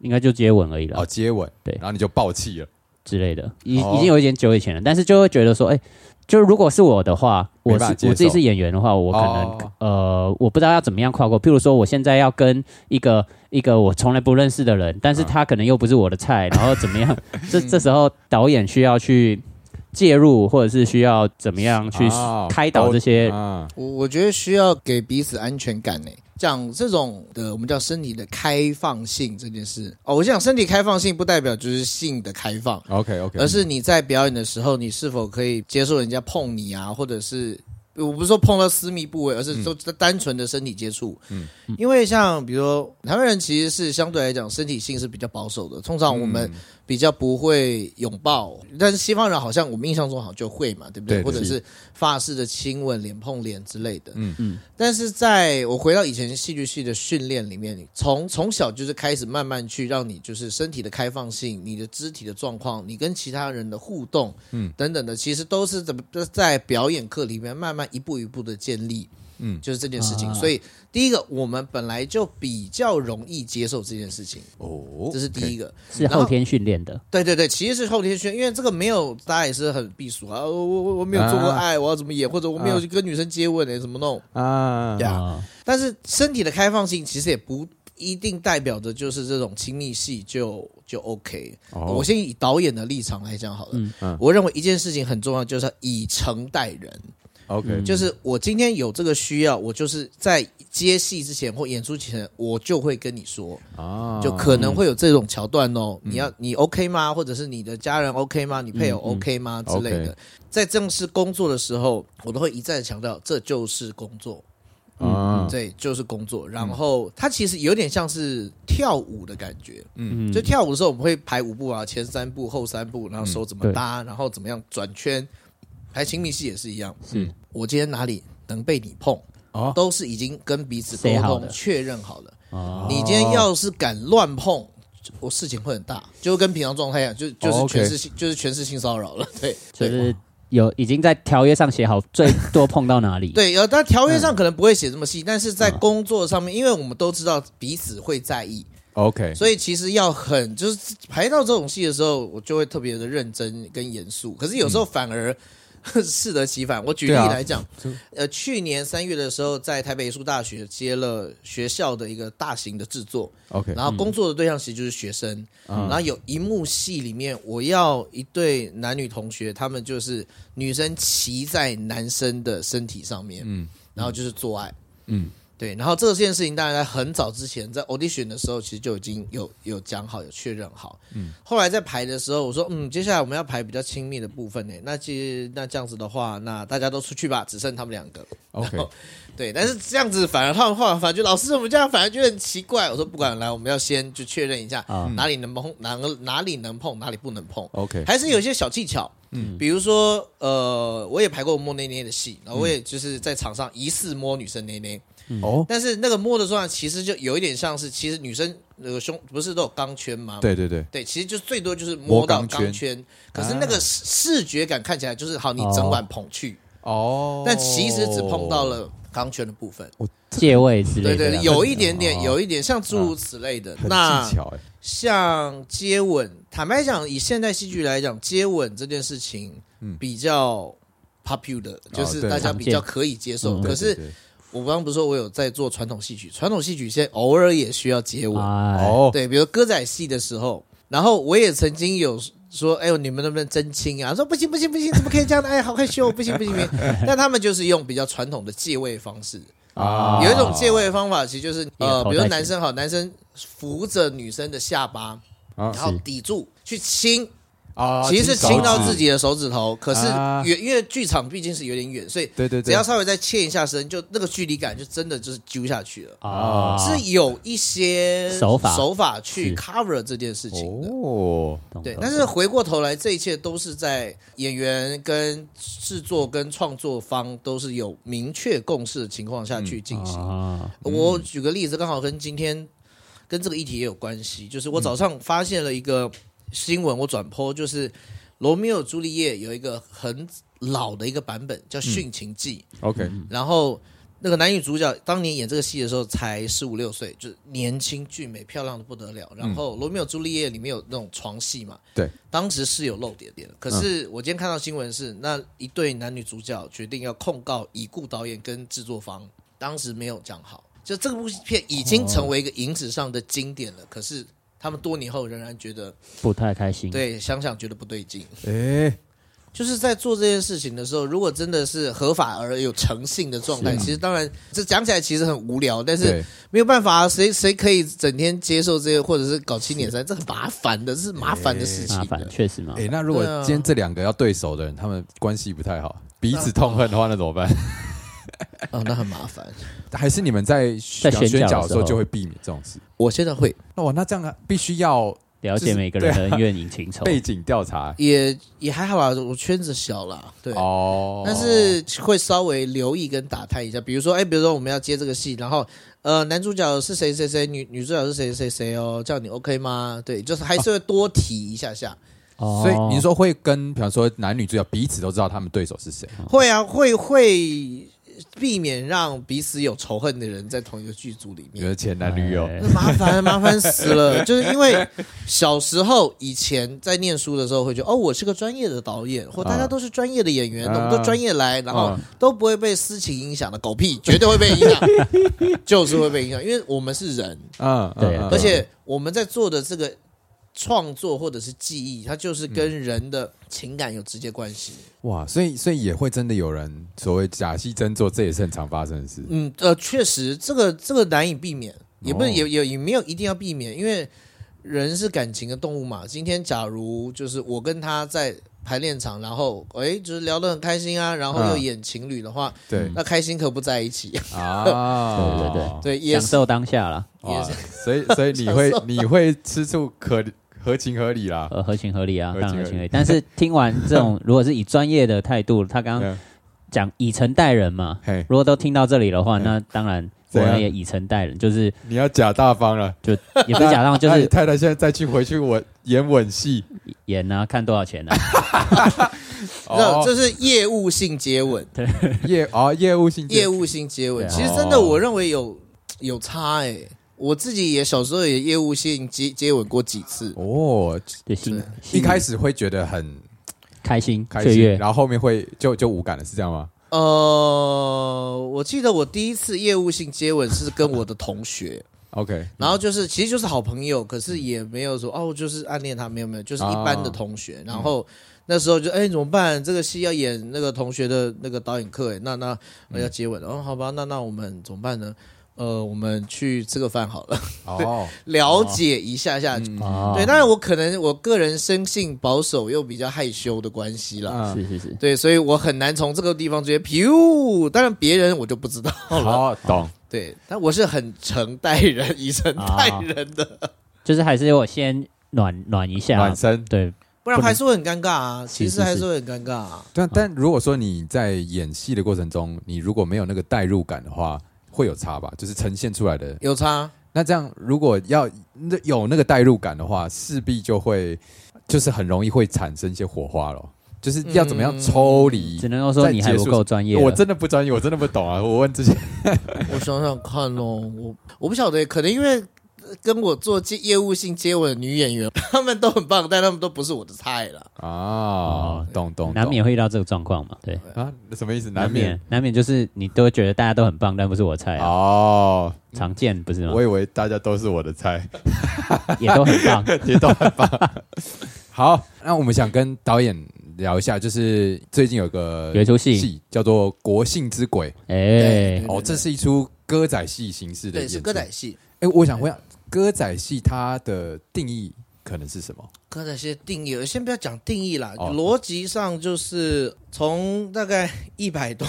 B: 应该就接吻而已了
A: 哦，接吻，
B: 对
A: 然后你就爆气了，
B: 之类的，已
A: 哦
B: 已经有一点久以前了，但是就会觉得说，哎、就如果是我的话，我
A: 没
B: 是
A: 办法接受
B: 我自己是演员的话，我可能、
A: 哦
B: 呃，我不知道要怎么样跨过。譬如说，我现在要跟一个一个我从来不认识的人，但是
A: 啊
B: 他可能又不是我的 菜，然后怎么样？这
A: 嗯
B: 这时候导演需要去介入，或者是需要怎么样去
A: 哦
B: 开导这些？
A: 啊，
C: 我我觉得需要给彼此安全感呢、讲这种的，我们叫身体的开放性这件事哦。我讲身体开放性，不代表就是性的开放，
A: OK OK，
C: 而是你在表演的时候，你是否可以接受人家碰你啊，或者是我不是说碰到私密部位，而是
A: 嗯
C: 说单纯的身体接触。
A: 嗯
C: 嗯，因为像比如说台湾人其实是相对来讲身体性是比较保守的，通常我们比较不会拥抱，但是西方人好像我们印象中好像就会嘛，对不对？
A: 对对
C: 或者是发式的亲吻、脸碰脸之类的。
A: 嗯
C: 嗯
B: 嗯
C: 嗯。但是在我回到以前戏剧系的训练里面，从从小就是开始慢慢去让你就是身体的开放性、你的肢体的状况、你跟其他人的互动，
A: 嗯
C: 嗯，等等的，其实都是怎么都在表演课里面慢慢一步一步的建立。
A: 嗯
C: 嗯，就是这件事情，
B: 啊
C: 所以第一个，我们本来就比较容易接受这件事情，
A: 哦
C: 这是第一个。
B: 是后天训练的，
C: 对对对，其实是后天训，因为这个没有，大家也是很避暑啊。我我我我没有做过
A: 啊
C: 爱，我要怎么演，或者我没有跟女生接吻呢、欸怎么弄？
A: 啊，
C: 对啊
B: 啊
C: 但是身体的开放性其实也不一定代表着就是这种亲密戏就就 OK。我
A: 哦，
C: 先以导演的立场来讲好了，
B: 嗯
A: 嗯
C: 我认为一件事情很重要，就是要以诚待人。
B: 嗯
A: OK，
C: 嗯就是我今天有这个需要，我就是在接戏之前或演出前，我就会跟你说，
B: 哦
A: 啊
C: 就可能会有这种桥段哦。你要你 OK 吗？或者是你的家人 OK 吗？你配
B: 嗯
C: 偶
B: 嗯嗯
C: OK 吗？之类
A: OK
C: 的。在正式工作的时候，我都会一再强调，这就是工作，
B: 嗯
A: 啊，
C: 对，就是工作。然后它其实有点像是跳舞的感觉，
B: 嗯，
C: 就跳舞的时候我们会排舞步啊，前三步、后三步，然后手怎么搭，然后怎么样转圈。排亲密戏也是一样，
A: 是
C: 我今天哪里能被你碰，
A: 哦
C: 都是已经跟彼此沟
B: say 好的
C: 通确认好了。
B: 哦
C: 你今天要是敢乱碰，我事情会很大，就跟平常状态一样，就就
A: 哦
C: 是
A: ，OK
C: 全是性就是全是性骚扰了，对
B: 就
C: 对。
B: 是有已经在条约上写好最多碰到哪里，
C: 对，有，但条约上
A: 嗯
C: 可能不会写这么细，但是在工作上面，因为我们都知道彼此会在意，
A: OK，
C: 所以其实要很就是排到这种戏的时候，我就会特别的认真跟严肃。可是有时候反而 适得其反。我举例
A: 嗯对啊
C: 来讲
A: 就，
C: 呃，去年三月的时候，在台北艺术大学接了学校的一个大型的制作，
A: OK，
C: 然后工作的对象其实就是学生。
A: 嗯
C: 然后有一幕戏里面，我要一对男女同学，他们就是女生骑在男生的身体上面，
A: 嗯
C: 然后就是做爱。
A: 嗯
C: 对，然后这件事情当然在很早之前，在 audition 的时候，其实就已经有有讲好，有确认好。嗯，后来在排的时候，我说，嗯，接下来我们要排比较亲密的部分呢。那其实那这样子的话，那大家都出去吧，只剩他们两个。
A: OK，
C: 对，但是这样子反而他们后来反而觉得老师我们这样反而觉得很奇怪。我说不管来，我们要先就确认一下、
B: 啊
C: 哪里能碰，哪个哪里能碰，哪里不能碰。
A: OK，
C: 还是有一些小技巧，嗯，比如说，呃，我也排过摸内内的戏，然后我也就是在场上疑似摸女生内内，
A: 哦，
C: 但是那个摸的状态其实就有一点像是，其实女生那个胸不是都有钢圈吗？
A: 对对对，
C: 对，其实就最多就是
A: 摸
C: 摸到
A: 钢圈啊
C: 钢圈，可是那个视视觉感看起来就是好，你整晚捧去，
A: 哦，
C: 但其实只碰到了钢圈的部分。
B: 借位之类
C: 对
B: 的，
C: 对，对有一点点，
A: 哦
C: 有一点像诸如此类的。
A: 很
C: 那
A: 技巧哎，
C: 像接吻，坦白讲，以现代戏剧来讲，接吻这件事情
A: 嗯哦
C: 比较 popular，、就是
A: 对
C: 大家比较
B: 常见
C: 可以接受。
B: 嗯
C: 可是
A: 对对对
C: 我刚刚不是说我有在做传统戏曲，传统戏曲现在偶尔也需要接吻，
B: 哎，
A: 哦，
C: 对，比如歌仔戏的时候，然后我也曾经有说，哎呦，你们能不能真亲啊？说不行不行不行，怎么可以这样的？哎，好害羞，不行不行 不行。但他们就是用比较传统的借位方式，
A: 啊
C: 有一种借位方法，其实就是
B: 一个
C: 呃，
B: 头
C: 比如
B: 戴
C: 男
B: 起
C: 生好，男生扶着女生的下巴，
A: 啊
C: 然后
B: 是
C: 抵住去亲，
A: 啊
C: 其实是
A: 手
C: 亲到
A: 指
C: 自己的手指头，可是
A: 啊
C: 远，因为剧场毕竟是有点远，所以
A: 对对对，
C: 只要稍微再欠一下身，就那个距离感就真的就是揪下去
A: 哦
C: 了。
B: 啊，
C: 是有一些
B: 手法
C: 手法去
B: 是
C: cover 这件事情的。
A: 哦，
B: 懂
C: 对，
B: 懂
C: 但是回过头来，这一切都是在演员跟制作跟创作方都是有明确共识的情况下去进行。
B: 啊
C: 我举个例子，刚好跟今天跟这个议题也有关系，就是我早上发现了一个新闻，我转播就是《罗密欧与朱丽叶》有一个很老的一个版本叫《殉情记》，
A: OK，
C: 然后那个男女主角当年演这个戏的时候才十五六岁，就是年轻俊美漂亮的不得了。然后《罗密欧与朱丽叶》里面有那种床戏嘛，
A: 对，
C: 当时是有漏点点的。可是我今天看到新闻是，那一对男女主角决定要控告已故导演跟制作方，当时没有讲好，就这部片已经成为一个影史上的经典了。可是。他们多年后仍然觉得，
B: 不太开心，
C: 对，想想觉得不对劲。
A: 哎，
C: 就是在做这件事情的时候，如果真的是合法而有诚信的状态，
B: 是啊
C: 其实当然这讲起来其实很无聊，但是
A: 对，
C: 没有办法、啊，谁谁可以整天接受这些，或者是搞七年三，这很麻烦的，这是麻烦的事情
B: 麻
C: 的。
B: 烦，确实嘛，
A: 哎，那如果
C: 对啊
A: 今天这两个要对手的人，他们关系不太好，彼此痛恨的话，那怎么 办？
C: 哦，那很麻烦。
A: 还是你们在
B: 在宣
A: 宣
B: 教
A: 讲的
B: 的时
A: 时
B: 候
A: 候就会避免这种事？
C: 我现在会，
A: 那我那这样啊必须要
B: 了解每个人的恩怨情情仇，
A: 背景调查
C: 也也还好啦，啊我圈子小啦，对。
A: 哦，
C: 但是会稍微留意跟打探一下，比如说，哎，比如说我们要接这个戏，然后，呃，男主角是谁谁谁，女女主角是谁谁谁哦，这样你 OK 吗？对，就是还是会多提一下下。
B: 哦，
A: 所以你说会跟，比方说男女主角彼此都知道他们对手是谁，
C: 会啊，会会避免让彼此有仇恨的人在同一个剧组里
A: 比
C: 面
A: 如。前男女友
B: 哎
C: 那麻烦麻烦死了， 就是因为小时候以前在念书的时候会觉得哦，我是个专业的导演，或
A: 啊
C: 大家都是专业的演员，
A: 啊
C: 我们都专业来，然后
A: 啊
C: 都不会被私情影响的，狗屁，绝对会被 影响，就是会被影响，因为我们是人，
A: 嗯，
B: 对
A: 嗯
C: 而且我们在做的这个创作或者是记忆，它就是跟人的情感有直接关系。
A: 哇，所以所以也会真的有人所谓假戏真做，这也是很常发生的事。
C: 嗯，呃，确实，这个这个难以避免，也不是、
A: 哦
C: 也也也没有一定要避免，因为人是感情的动物嘛。今天假如就是我跟他在排练场，然后哎，就是聊得很开心啊，然后又
A: 嗯
C: 演情侣的话，
A: 对
C: 那开心可不在一起，
A: 啊，
B: 嗯 对对
C: 对，也
B: 享
C: 是
B: 受当下啦，
A: 哇
C: 也是
A: 所以所以你 会你会吃醋可合情合理啦。
B: 呃，合情合理啊，
A: 合
B: 当
A: 情
B: 然合情
A: 合
B: 合理。
A: 理
B: 但是听完 这种，如果是以专业的态度，他刚刚
A: 嗯
B: 讲以诚待人嘛，
A: 嘿，
B: 如果都听到这里的话，
A: 嗯
B: 那当然我
A: 怎样
B: 们也以诚待人，就是
A: 你要假大方了，
B: 就也不是假当，就
A: 那你
B: 是
A: 太太现在再去回去吻演吻戏，
B: 演啊，看多少钱啊，
C: 那
A: 哦
C: 这是业务性 接吻，
A: 业哦业务性
C: 业务性接吻，
B: 对
C: 其实真的
A: 哦
C: 我认为有有差哎、我自己也小时候也业务性接接吻过几次，
A: 哦，
B: 就心
A: 一
B: 心
A: 开始会觉得很
B: 开心
A: 开
B: 雀
A: 心，
B: 跃
A: 然后后面会就就无感了，是这样吗？
C: 呃，我记得我第一次业务性接吻是跟我的同学，
A: OK，
C: 然后就是其实就是好朋友，可是也没有说哦，就是暗恋他，没有没有，就是一般的同学。然后那时候就哎怎么办？这个戏要演那个同学的那个导演课，哎，那那呃要接吻，哦好吧，那那我们怎么办呢？呃，我们去吃个饭好了，
A: 哦，嗯
C: 了解一下下。
B: 啊，
C: 对，当然我可能我个人生性保守又比较害羞的关系啦，
A: 嗯
B: 是是是，
C: 对，所以我很难从这个地方直接噗。当然别人我就不知道 了。
A: 好懂，
C: 对，但我是很诚待人，以诚待人的，
B: 就是还是我先暖暖一下
A: 暖，身。
B: 对，
C: 不然还是会很尴尬啊。其
B: 是
C: 实
B: 是
C: 还是会很尴尬啊。
B: 嗯
A: 但但如果说你在演戏的过程中，你如果没有那个代入感的话，会有差吧？就是呈现出来的。
C: 有差，
A: 那这样如果要那有那个代入感的话，势必就会就是很容易会产生一些火花咯。就是要怎么样抽离
B: 只？能够说你还不够专业了，
A: 我真的不专业，我真的不懂啊！我问这 些
C: 我想想看咯，我我不晓得，可能因为跟我做接业务性接吻的女演员， 她们都很棒，但她们都不是我的菜啦。
A: 啊，懂懂，懂
B: 哦难免会遇到这个状况嘛，对。
A: 啊，什么意思？
B: 难
A: 难
B: 免，难免就是你都会觉得大家都很棒，但不是我菜啊，
A: 哦，
B: 常见不是吗
A: 我？以为大家都是我的菜。
B: 也都很棒，
A: 节奏很棒。好，那我们想跟导演聊一下，就是最近有个
B: 有一出戏
A: 叫做《国姓之鬼》
B: 哎
C: 对，
A: 哦，这是一出歌仔戏形式的
C: 对，
A: 演出
C: 是歌仔。戏，
A: 哎，我想问，歌仔戏它的定义可能是什么？
C: 刚才些定义，先不要讲定义啦，
A: 哦
C: 逻辑上就是从大概一百多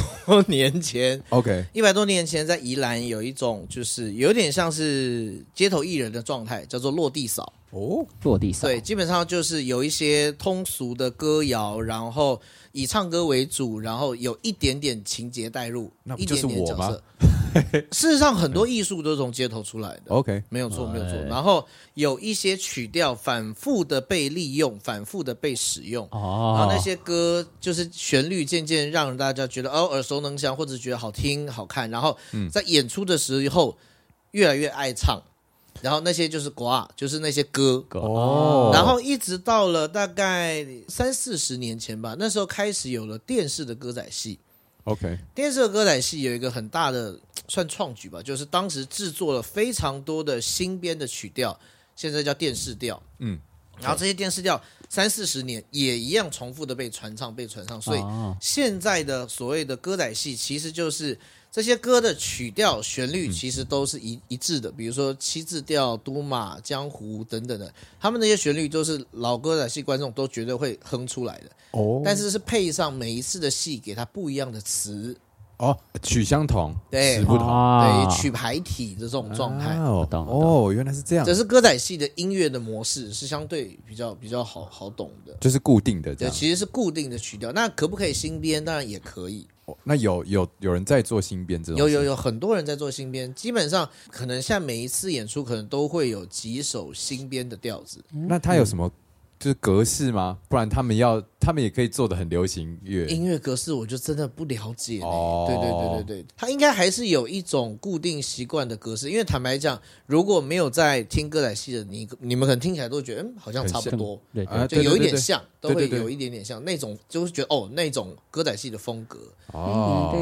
C: 年前，
A: OK，
C: 一百多年前在宜兰有一种就是有点像是街头艺人的状态，叫做落地扫。
A: 哦，
B: 落地上。
C: 对，基本上就是有一些通俗的歌谣，然后以唱歌为主，然后有一点点情节带入，
A: 那不
C: 一
A: 就是
C: 点点
A: 我
C: 角
A: 吗嗯
C: 色。 事实上，很多艺术都是从街头出来的。
A: OK，
C: 没有错，
B: 哎
C: 没有错。然后有一些曲调反复的被利用，反复的被使用。然
B: 哦
C: 啊后，那些歌就是旋律渐渐让大家觉得哦耳熟能详，或者觉得好听好看。然后在演出的时候越来越爱唱，然后那些就是国啊，就是那些歌。
A: 哦
C: 然后一直到了大概三四十年前吧，那时候开始有了电视的歌仔戏。
A: OK，
C: 电视的歌仔戏有一个很大的算创举吧，就是当时制作了非常多的新编的曲调，现在叫电视调。
A: 嗯，
C: 然后这些电视调三四十年也一样重复的被传唱，被传唱，所以
B: 哦
C: 现在的所谓的歌仔戏，其实就是这些歌的曲调、旋
A: 嗯
C: 律其实都是一、一致的，比如说七字调、都马、江湖等等的，他们那些旋律都是老歌仔戏观众都绝对会哼出来的，
A: 哦
C: 但是是配上每一次的戏给它不一样的词，
A: 哦，曲相同，
C: 对
A: 词不同，
B: 啊
C: 对，曲牌体的这种状态。
A: 哦
B: 懂了
A: 哦，原来是这样
C: 只，是歌仔戏的音乐的模式是相对比较比较好好懂的，
A: 就是固定的这
C: 对，
A: 样。
C: 其实是固定的曲调。那可不可以新编？当然也可以，
A: 哦那有有有人在做新编这种？
C: 有有。有很多人在做新编，基本上可能像每一次演出，可能都会有几首新编的调子。
A: 那他有什么就是格式吗？不然他们要他们也可以做的很流行乐。
C: 音乐格式我就真的不了解、
A: 哦
C: 哦，对对对对对，他应该还是有一种固定习惯的格式，因为坦白讲，如果没有在听歌仔戏的你，你们可能听起来都觉得嗯好像差不多，
B: 对
A: 啊
B: 对
A: 对
C: 就有一点
A: 对对
C: 像，
A: 对对
C: 都
A: 对
C: 会有一点点像那种，就会觉得哦那种歌仔戏的风格，
A: 哦，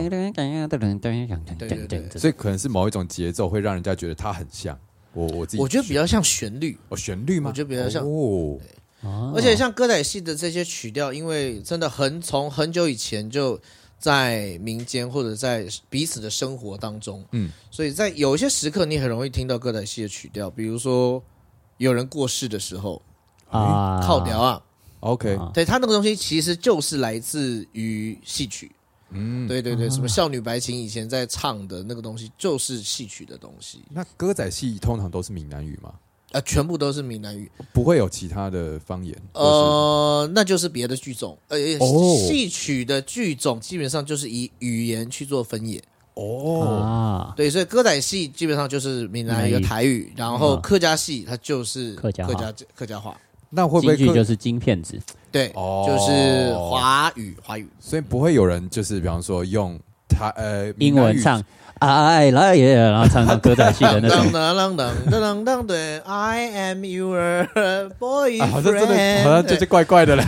C: 对对嗯对
A: 所以可能是某一种节奏会让人家觉得它很像。我我自己
C: 我觉得比较像旋律。
A: 哦旋律吗？
C: 我觉得比较像
A: 哦，
B: 而
C: 而且像歌仔戏的这些曲调，因为真的很从很久以前就在民间或者在彼此的生活当中，
A: 嗯
C: 嗯，所以在有一些时刻，你很容易听到歌仔戏的曲调，比如说有人过世的时候，
B: 啊
C: 靠调啊，
A: OK，
B: 啊
C: 对他那个东西其实就是来自于戏曲。
A: 嗯，
C: 对对对，什么少女白琴以前在唱的那个东西，就是戏曲的东西，
A: 那歌仔戏通常都是闽南语吗？
C: 啊，全部都是闽南语。
A: 不会有其他的方言？或
C: 呃，那就是别的剧种，呃，
A: 哦
C: 戏曲的剧种基本上就是以语言去做分野。
A: 是哦，
B: 啊，
C: 对，所以歌仔戏基本上就是闽南语、
B: 闽南语
C: 和台语，然后
B: 嗯
C: 客家戏它就是
B: 客家话
C: 客家客家话，
A: 那会不会
B: 京剧
A: 客
B: 就是金片子
C: 对，
A: 哦
C: 就是华语华语。
A: 所以不会有人就是比方说用他呃
B: 英文唱哎来耶，然后唱唱歌仔戏的
C: 当
B: 那
C: 当
B: 种，
C: 当当当当当对，I am your
A: 啊，
C: boyfriend。
A: 好像真的好像就是怪怪 的嘞，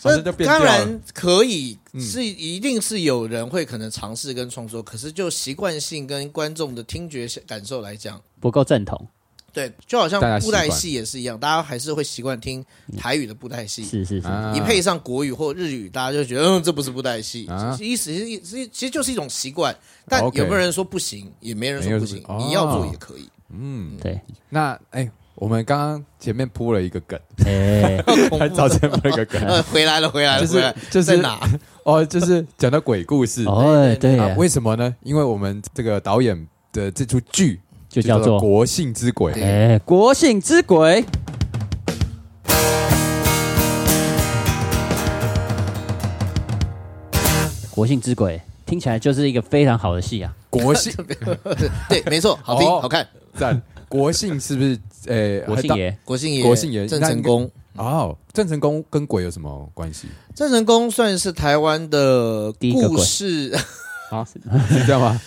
A: 好像就变
C: 当
A: 掉了。嗯
C: 然可以，是一定是有人会可能尝试跟创作，可是就习惯性跟观众的听觉感受来讲，
B: 不够正统，
C: 对，就好像
A: 大家习
C: 布
A: 惯嗯
C: 袋戏也是一样，大家还是会习惯听台语的布袋戏。
B: 是是是，
A: 啊
C: 一配上国语或日语，大家就觉得嗯，这不是布袋戏
A: 啊，
C: 意思是意思其实就是一种习惯。但
A: OK
C: 有没有人说不行？也没人
A: 没有
C: 说不
A: 是
C: 行
A: 不，
C: 你要做
A: 哦
C: 也可以。
A: 嗯，
B: 对，
A: 那哎、我们刚刚前面铺了一个梗，
B: 哎，
C: 恐
A: 还
C: 怖
A: 哦早
C: 的，
A: 前铺了一个梗
C: 呃，回来了，回来
A: 就
C: 了，
A: 是
C: 回来了，
A: 就是
C: 在哪？
A: 哦，就是讲到鬼故事、
B: 哦对
A: 啊
B: 耶，
A: 为什么呢？因为我们这个导演的这出剧
B: 就叫
A: 做《
B: 做
A: 国姓之鬼》
C: 对
B: 哎国姓之鬼，国姓之鬼听起来就是一个非常好的戏啊，
A: 国 姓
C: 对，没错，好听，
A: 哦
C: 好看。
A: 赞，国姓是不是？哎、
B: 国姓
A: 还
B: 爷
C: 国姓爷，
A: 国姓爷
C: 郑
A: 那
C: 成功，
A: 当哦，郑成功跟鬼有什么关系？
C: 郑成功算是台湾的
B: 第一个
C: 故
B: 鬼
C: 事，
A: 是这样吗？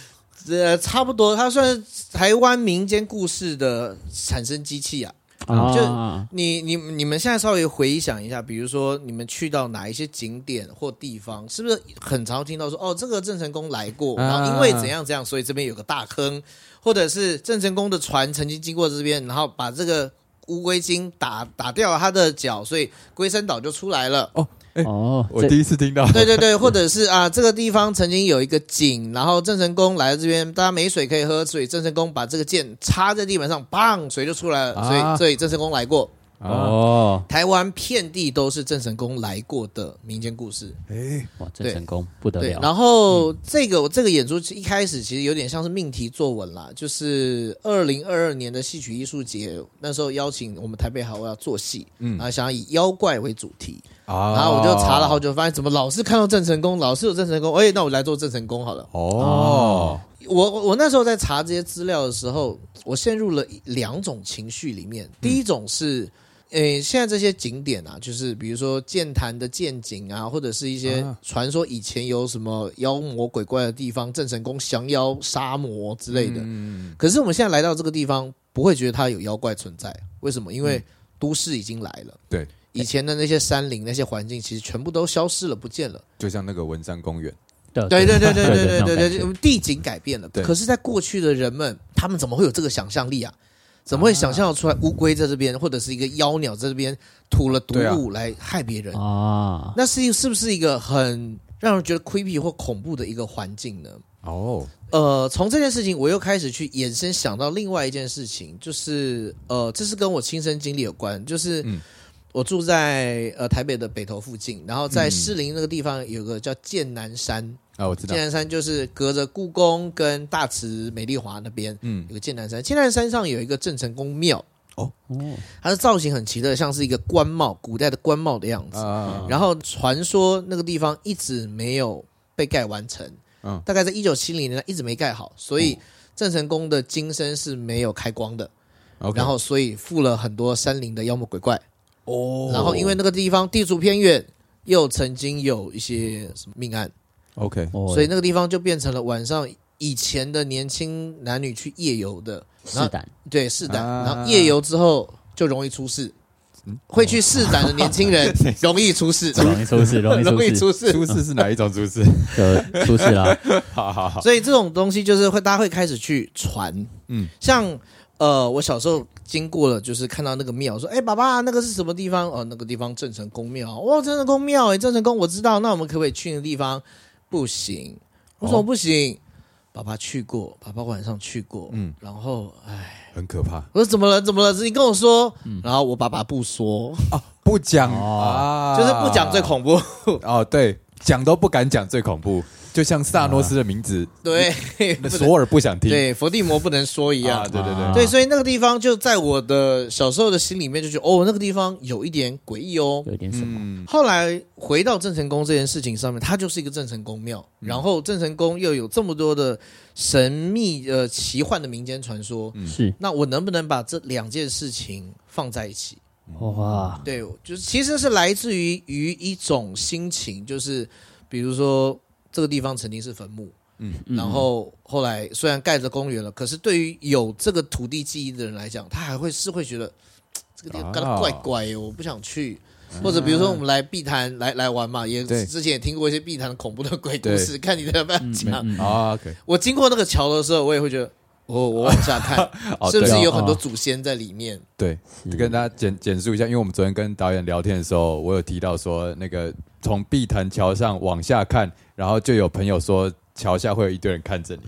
C: 呃，差不多，他算是台湾民间故事的产生机器啊。
B: 啊，
C: 就
B: 啊
C: 你你你们现在稍微回想一下，比如说你们去到哪一些景点或地方，是不是很常听到说哦，这个郑成功来过，
A: 啊
C: 然后因为怎样怎样，所以这边有个大坑，或者是郑成功的船曾经经过这边，然后把这个乌龟精打打掉了他的脚，所以龟山岛就出来了。
A: 哎
B: 哦，
A: 我
B: 这
A: 第一次听到。
C: 对对 对，或者是啊，这个地方曾经有一个井，然后郑成功来这边，大家没水可以喝，所以郑成功把这个剑插在地板上，砰，水就出来了，所
A: 啊
C: 以所以郑成功来过。
B: 哦，
C: 台湾遍地都是郑成功来过的民间故事。
A: 哎，
B: 哇，郑成功不得
A: 啊
C: 对，
B: 了，
C: 然
A: 嗯
C: 后这个、这个演出一开始其实有点像是命题作文啦，就是二零二二年的戏曲艺术节，那时候邀请我们台北好我要做戏，
A: 嗯
C: 然后想要以妖怪为主题，
A: 啊
C: 然后我就查了好久，发现怎么老是看到郑成功，老是有郑成功，哎，那我来做郑成功好了。
A: 哦，
C: 我我我那时候在查这些资料的时候，我陷入了两种情绪里面。第一种是，诶、现在这些景点啊，就是比如说剑潭的剑景啊，或者是一些
A: 啊
C: 传说以前有什么妖魔鬼怪的地方，郑成功降妖杀魔之类的。
A: 嗯
C: 可是我们现在来到这个地方，不会觉得它有妖怪存在，为什么？因为都市已经来了。
A: 对。
C: 以前的那些山林、那些环境，其实全部都消失了，不见了。
A: 就像那个文山公园，
B: 对
C: 啊对对对对对
B: 对那
C: 对
B: 种
C: 对
B: 感觉
C: 对，地景改变了。
A: 对
C: 可是，在过去的人们，他们怎么会有这个想象力啊？怎么会想象得出来乌龟在这边，或者是一个妖鸟在这边吐了毒
A: 对啊
C: 物来害别人？
B: 啊，
C: 那是是不是一个很让人觉得 creepy 或恐怖的一个环境呢？
A: 哦，
C: 呃，从这件事情，我又开始去延伸想到另外一件事情，就是呃，这是跟我亲身经历有关，就是、
A: 嗯
C: 我住在呃台北的北投附近，然后在
A: 嗯
C: 士林那个地方有个叫剑南山，
A: 啊，我知道
C: 剑，南山就是隔着故宫跟大池美丽华那边
A: 嗯
C: 有个剑南山，剑南山上有一个郑成功庙，
B: 哦
C: 它的造型很奇特，像是一个官帽，古代的官帽的样子。
A: 啊，
C: 然后传说那个地方一直没有被盖完成，
A: 嗯
C: 大概在一九七零年代一直没盖好，所以郑成功的金身是没有开光的，
A: 后
C: 然后所以附了很多山林的妖魔鬼怪。
A: 哦
C: 然后因为那个地方地处偏远，又曾经有一些什么命案，
A: OK，
B: 哦，
C: 所以那个地方就变成了晚上以前的年轻男女去夜游的，然
B: 是
C: 后
B: 胆
C: 对试胆，
A: 啊嗯
C: 然后夜游之后就容易出事。会去试胆的年轻人
A: 哦
C: 容易出事，
B: 容易出事，容易
C: 容易
B: 出事，
C: 出
A: 出
C: 事。
A: 事是嗯哪一种出事？
B: 就出事了，
A: 好好好，
C: 所以这种东西就是会，大家会开始去传，
A: 嗯
C: 嗯，像呃，我小时候经过了，就是看到那个庙，说，哎、爸爸，那个是什么地方？哦，那个地方郑成功庙，哇，郑成功庙，哎，郑成功，我知道，那我们可不可以去那个地方？不行，为什么不行？爸爸去过，爸爸晚上去过，
A: 嗯
C: 嗯，然后，哎，
A: 很可怕
C: 我说怎么了？怎么了？你跟我说，然后我爸爸不说，
A: 啊，不讲
B: 哦
A: 啊，
C: 就是不讲最恐怖，
A: 哦，对，讲都不敢讲最恐怖，就像萨诺斯的名字，
C: 对，
A: 那
C: 不能
A: 索尔不想听，
C: 对，伏地魔不能说一样
A: 啊，，对对对
B: 啊，
C: 对，所以那个地方就在我的小时候的心里面就觉得，哦，那个地方有一点诡异哦。
B: 有一点什么，
A: 嗯，
C: 后来回到郑成功这件事情上面，它就是一个郑成功庙，然后郑成功又有这么多的神秘呃奇幻的民间传说，
B: 是
C: 那我能不能把这两件事情放在一起？
B: 哇，
C: 对，就是其实是来自于于一种心情，就是比如说这个地方曾经是坟墓，
B: 嗯
C: 然后后来虽然盖着公园了，可是对于有这个土地记忆的人来讲，他还会是会觉得嘖这个地方
A: 啊
C: 干得怪怪耶，我不想去。
B: 啊
C: 或者比如说我们来碧潭来来玩嘛，也
A: 对
C: 之前也听过一些碧潭恐怖的鬼故事，看你能不能
B: 没
C: 讲。
B: 嗯
A: 啊，OK，
C: 我经过那个桥的时候，我也会觉得，哦，我往 下看，
A: 哦
C: 是不是
A: 对
C: 有很多祖先在里面？
A: 对，跟大家简简述一下，因为我们昨天跟导演聊天的时候，我有提到说，那个从碧潭桥上往下看，然后就有朋友说桥下会有一堆人看着你。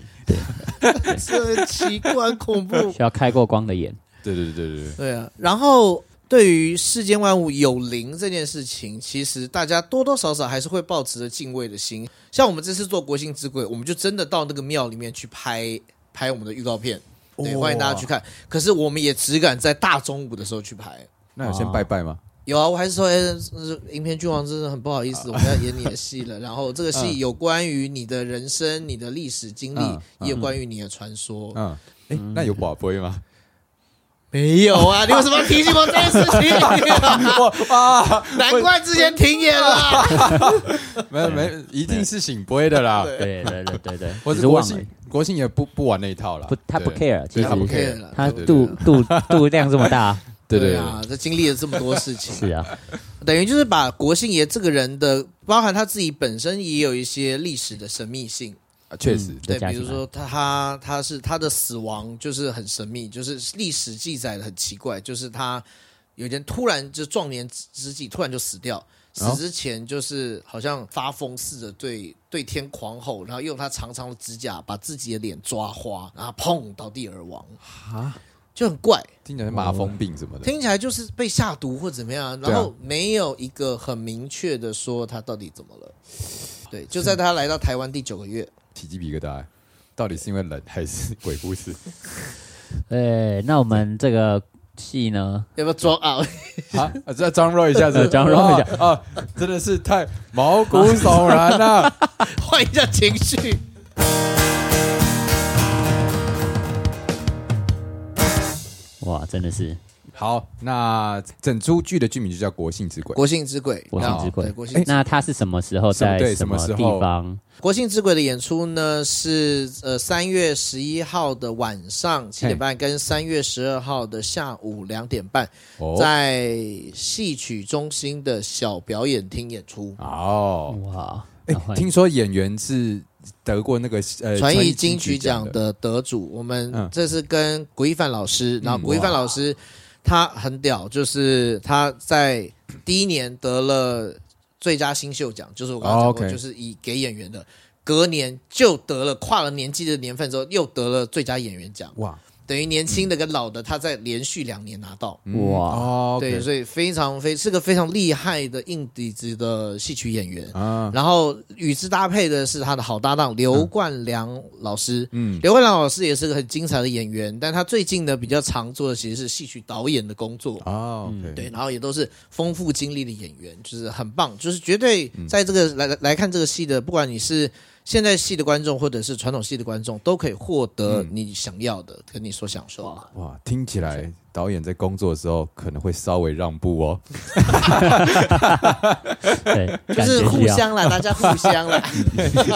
C: 这很奇怪，很恐怖。
B: 需要开过光的眼，
A: 对对对对对，
C: 对啊，然后对于世间万物有灵这件事情，其实大家多多少少还是会抱持着敬畏的心。像我们这次做国庆之鬼，我们就真的到那个庙里面去拍拍我们的预告片，对，
A: 哇
C: 欢迎大家去看。可是我们也只敢在大中午的时候去拍。
A: 那有
C: 哦
A: 先拜拜吗？
C: 有啊，我还是说，哎、呃影片君王真的很不好意思，我们要演你的戏了。然后这个戏
A: 嗯
C: 有关于你的人生、你的历史经历，
A: 嗯嗯
C: 也有关于你的传说。
A: 嗯，哎，那有宝贝吗？
C: 没有啊，你为什么要提醒我这件事情？啊
A: 哇，
C: 难怪之前停演了。
A: 没有没有，一定是醒杯的啦。
B: 对对对对对，
A: 我是
B: 只是
A: 国
B: 忘了
A: 庆，，国庆也不不玩那一套啦。
B: 不，他不
A: 对
B: care，其
A: 对
B: 实
A: 他不 care
B: 他
A: 对
B: 度度度量这么大，
A: 对对
C: 啊，这经历了这么多事情，
B: 是啊，
C: 等于就是把国姓爷这个人的，包含他自己本身也有一些历史的神秘性。
A: 啊确实
B: 嗯
C: 对，
B: 加
C: 比
B: 进
C: 如
B: 来
C: 说他他他是他的死亡就是很神秘，就是历史记载的很奇怪，就是他有一天突然就壮年之之际突然就死掉，死
A: 哦
C: 之前就是好像发疯似的对对天狂吼，然后用他长长的指甲把自己的脸抓花，然后砰倒地而亡。
A: 啊，
C: 就很怪，
A: 听起来是麻风病什么
B: 哦
A: 的。
C: 听起来就是被下毒或怎么样，
A: 对啊
C: 然后没有一个很明确的说他到底怎么了。对，就在他来到台湾第九个月，
A: 起鸡皮疙瘩，到底是因为冷还是鬼故 事？
B: 呃，那我们这个戏呢？
C: 要不要装啊？
A: 啊，啊这张若一下 子，
B: 张若一下
A: 啊啊，真的是太毛骨悚然啊了、
C: 换一下情绪。
B: 哇，真的是
A: 好，那整出剧的剧名就叫《国姓之鬼》。
C: 国姓之鬼，
B: 国
A: 姓
C: 然后
B: 之鬼哎
C: 对国姓之
B: 那他是什么时候在
A: 什么对
B: 什么
A: 什么时
B: 地
A: 候
B: 方？
C: 国姓之鬼的演出呢是呃三月十一号的晚上七点半，跟三月十二号的下午两点半，
A: 哦，
C: 在戏曲中心的小表演厅演出。
A: 哦，
B: 哇，
A: 哎、
B: 嗯那换
A: 听说演员是德国那个呃
C: 传
A: 艺
C: 艺金曲奖
A: 的，
C: 的得主，我们
A: 嗯
C: 这是跟古一凡老师，然后
A: 嗯
C: 古一凡
A: 哇
C: 老师他很屌，就是他在第一年得了最佳新秀奖，就是我刚刚讲
A: 哦
C: 过，
A: ，OK
C: 就是以给演员的。隔年就得了跨了年纪的年份之后，又得了最佳演员奖，
A: 哇、
C: 等于年轻的跟老的，他在连续两年拿到。
A: 嗯
B: 哇
A: 哦，
C: 对，
A: OK，
C: 所以非常非是个非常厉害的硬底子的戏曲演员。
A: 啊，
C: 然后与之搭配的是他的好搭档刘冠良老师。
A: 嗯，
C: 刘冠良老师也是个很精彩的演员，但他最近呢比较常做的其实是戏曲导演的工作。
A: 哦，OK，
B: 嗯
C: 对，然后也都是丰富经历的演员，就是很棒，就是绝对在这个、来来来看这个戏的，不管你是现在戏的观众，或者是传统戏的观众，都可以获得你想要的，跟你所享受的。
A: 哇，听起来导演在工作的时候可能会稍微让步 哦。
B: 对，
C: 就
B: 感
C: 是
B: 觉
C: 互
B: 要
C: 相啦，大家互相啦。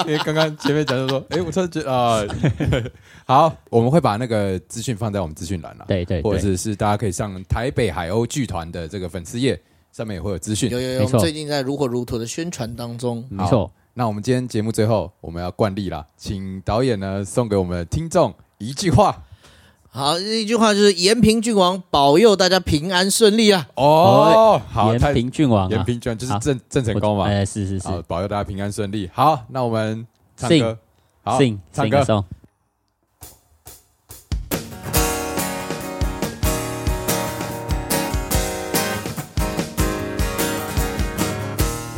A: 因为刚刚前面讲就说，哎、我突然觉得啊、 好，我们会把那个资讯放在我们资讯栏啦，
B: 对对
A: 或者
B: 对
A: 是是大家可以上台北海鸥剧团的这个粉丝页，上面也会有资讯
C: 有。有有，
B: 没
C: 我
B: 错
C: 们最近在如火如荼的宣传当中，
B: 没错。
A: 那我们今天节目最后，我们要惯例啦，请导演呢送给我们的听众一句话
C: 好，一句话就是延平郡王保佑大家平安顺利啊！
A: 哦。好，
B: 延
A: 太
B: 平郡王
A: 延
B: 啊，
A: 平居然就是
B: 好
A: 郑郑成
B: 我
A: 功嘛，
B: 哎，是是是
A: 好，保佑大家平安顺利。好，那我们唱
B: 信
A: 歌，好，
B: ，sing
A: 唱
B: sing
A: 歌
B: a song。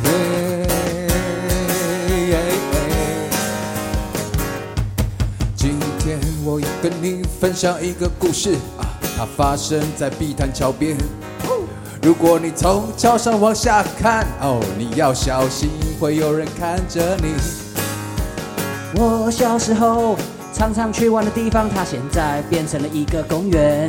A: 哎哎今天我要跟你分享一个故事啊，它发生在碧潭桥边。如果你从桥上往下看，哦，你要小心，会有人看着你。
D: 我小时候常常去玩的地方，它现在变成了一个公园。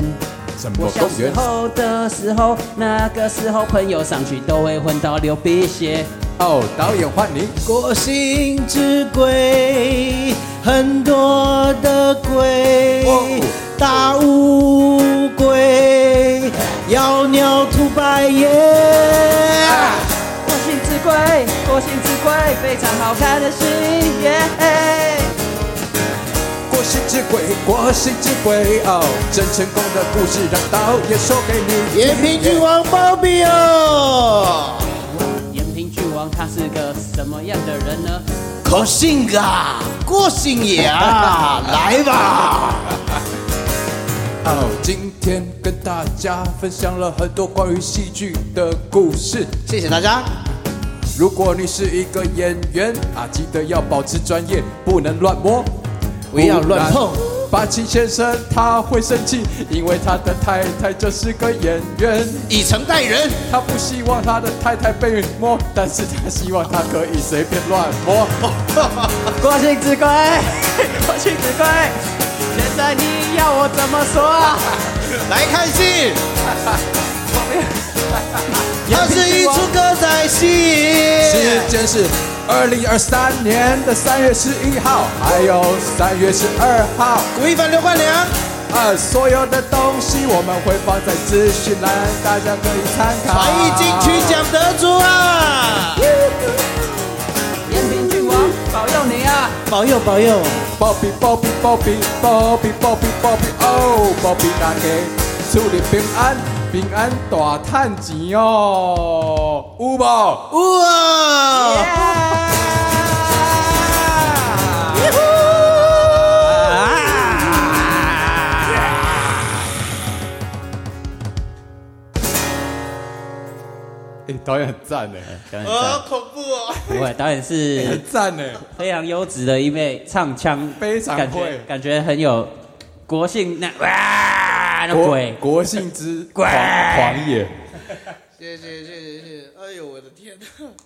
A: 什
D: 我
A: 么
D: 小
A: 公
D: 时
A: 园？
D: 候的时候，那个时候朋友上去都会混到流鼻血。
A: 哦，导演换你。
C: 国姓之鬼，很多的鬼
A: 哦，
C: 大乌龟，妖鸟吐白烟。
D: 国姓之贵，国姓之贵，非常好看的戏耶。
A: 国师之鬼，国师之鬼哦，真成功的故事让导演说给你。
C: 延平郡王哦保佑，
D: 延平郡王他是个什么样的人呢？
C: 可信啊，过信也 啊，来吧！
A: 哦，今天跟大家分享了很多关于戏剧的故事。
C: 谢谢大家。
A: 如果你是一个演员啊，记得要保持专业，不能乱摸，
C: 不要乱碰
A: 不然。八七先生他会生气，因为他的太太就是个演员，
C: 以诚待人，
A: 他不希望他的太太被摸，但是他希望他可以随便乱摸。
C: 哦
D: 国姓之贵，国姓之贵，现在你要我怎么说啊？
C: 来看 戏。它是一出歌仔
A: 时
C: 戏，
A: 间是二零二三年的三月十一号，还有三月十二号。
C: 古一凡、刘冠良，
A: 呃，所有的东西我们会放在资讯栏，大家可以参考。
C: 传艺金曲奖得主啊！
D: 延平郡王保佑你啊！
C: 保佑保佑！
A: 包庇，包庇，包庇，包庇，包庇，包庇哦，包庇大家，祝你平安，平安大赚钱哦，有无？
C: 哇！
A: 耶！哎，导演很赞呢，
B: 导演
C: 啊
B: 赞，，
C: 恐怖哦！
B: 不会，导演是
A: 很赞欸呢，
B: 非常优质的一位唱腔，
A: 非常
B: 感
A: 会
B: 觉感觉很有国性那哇那鬼
A: 国性之狂狂野。
C: 谢谢谢谢谢谢！哎呦，我的天哪！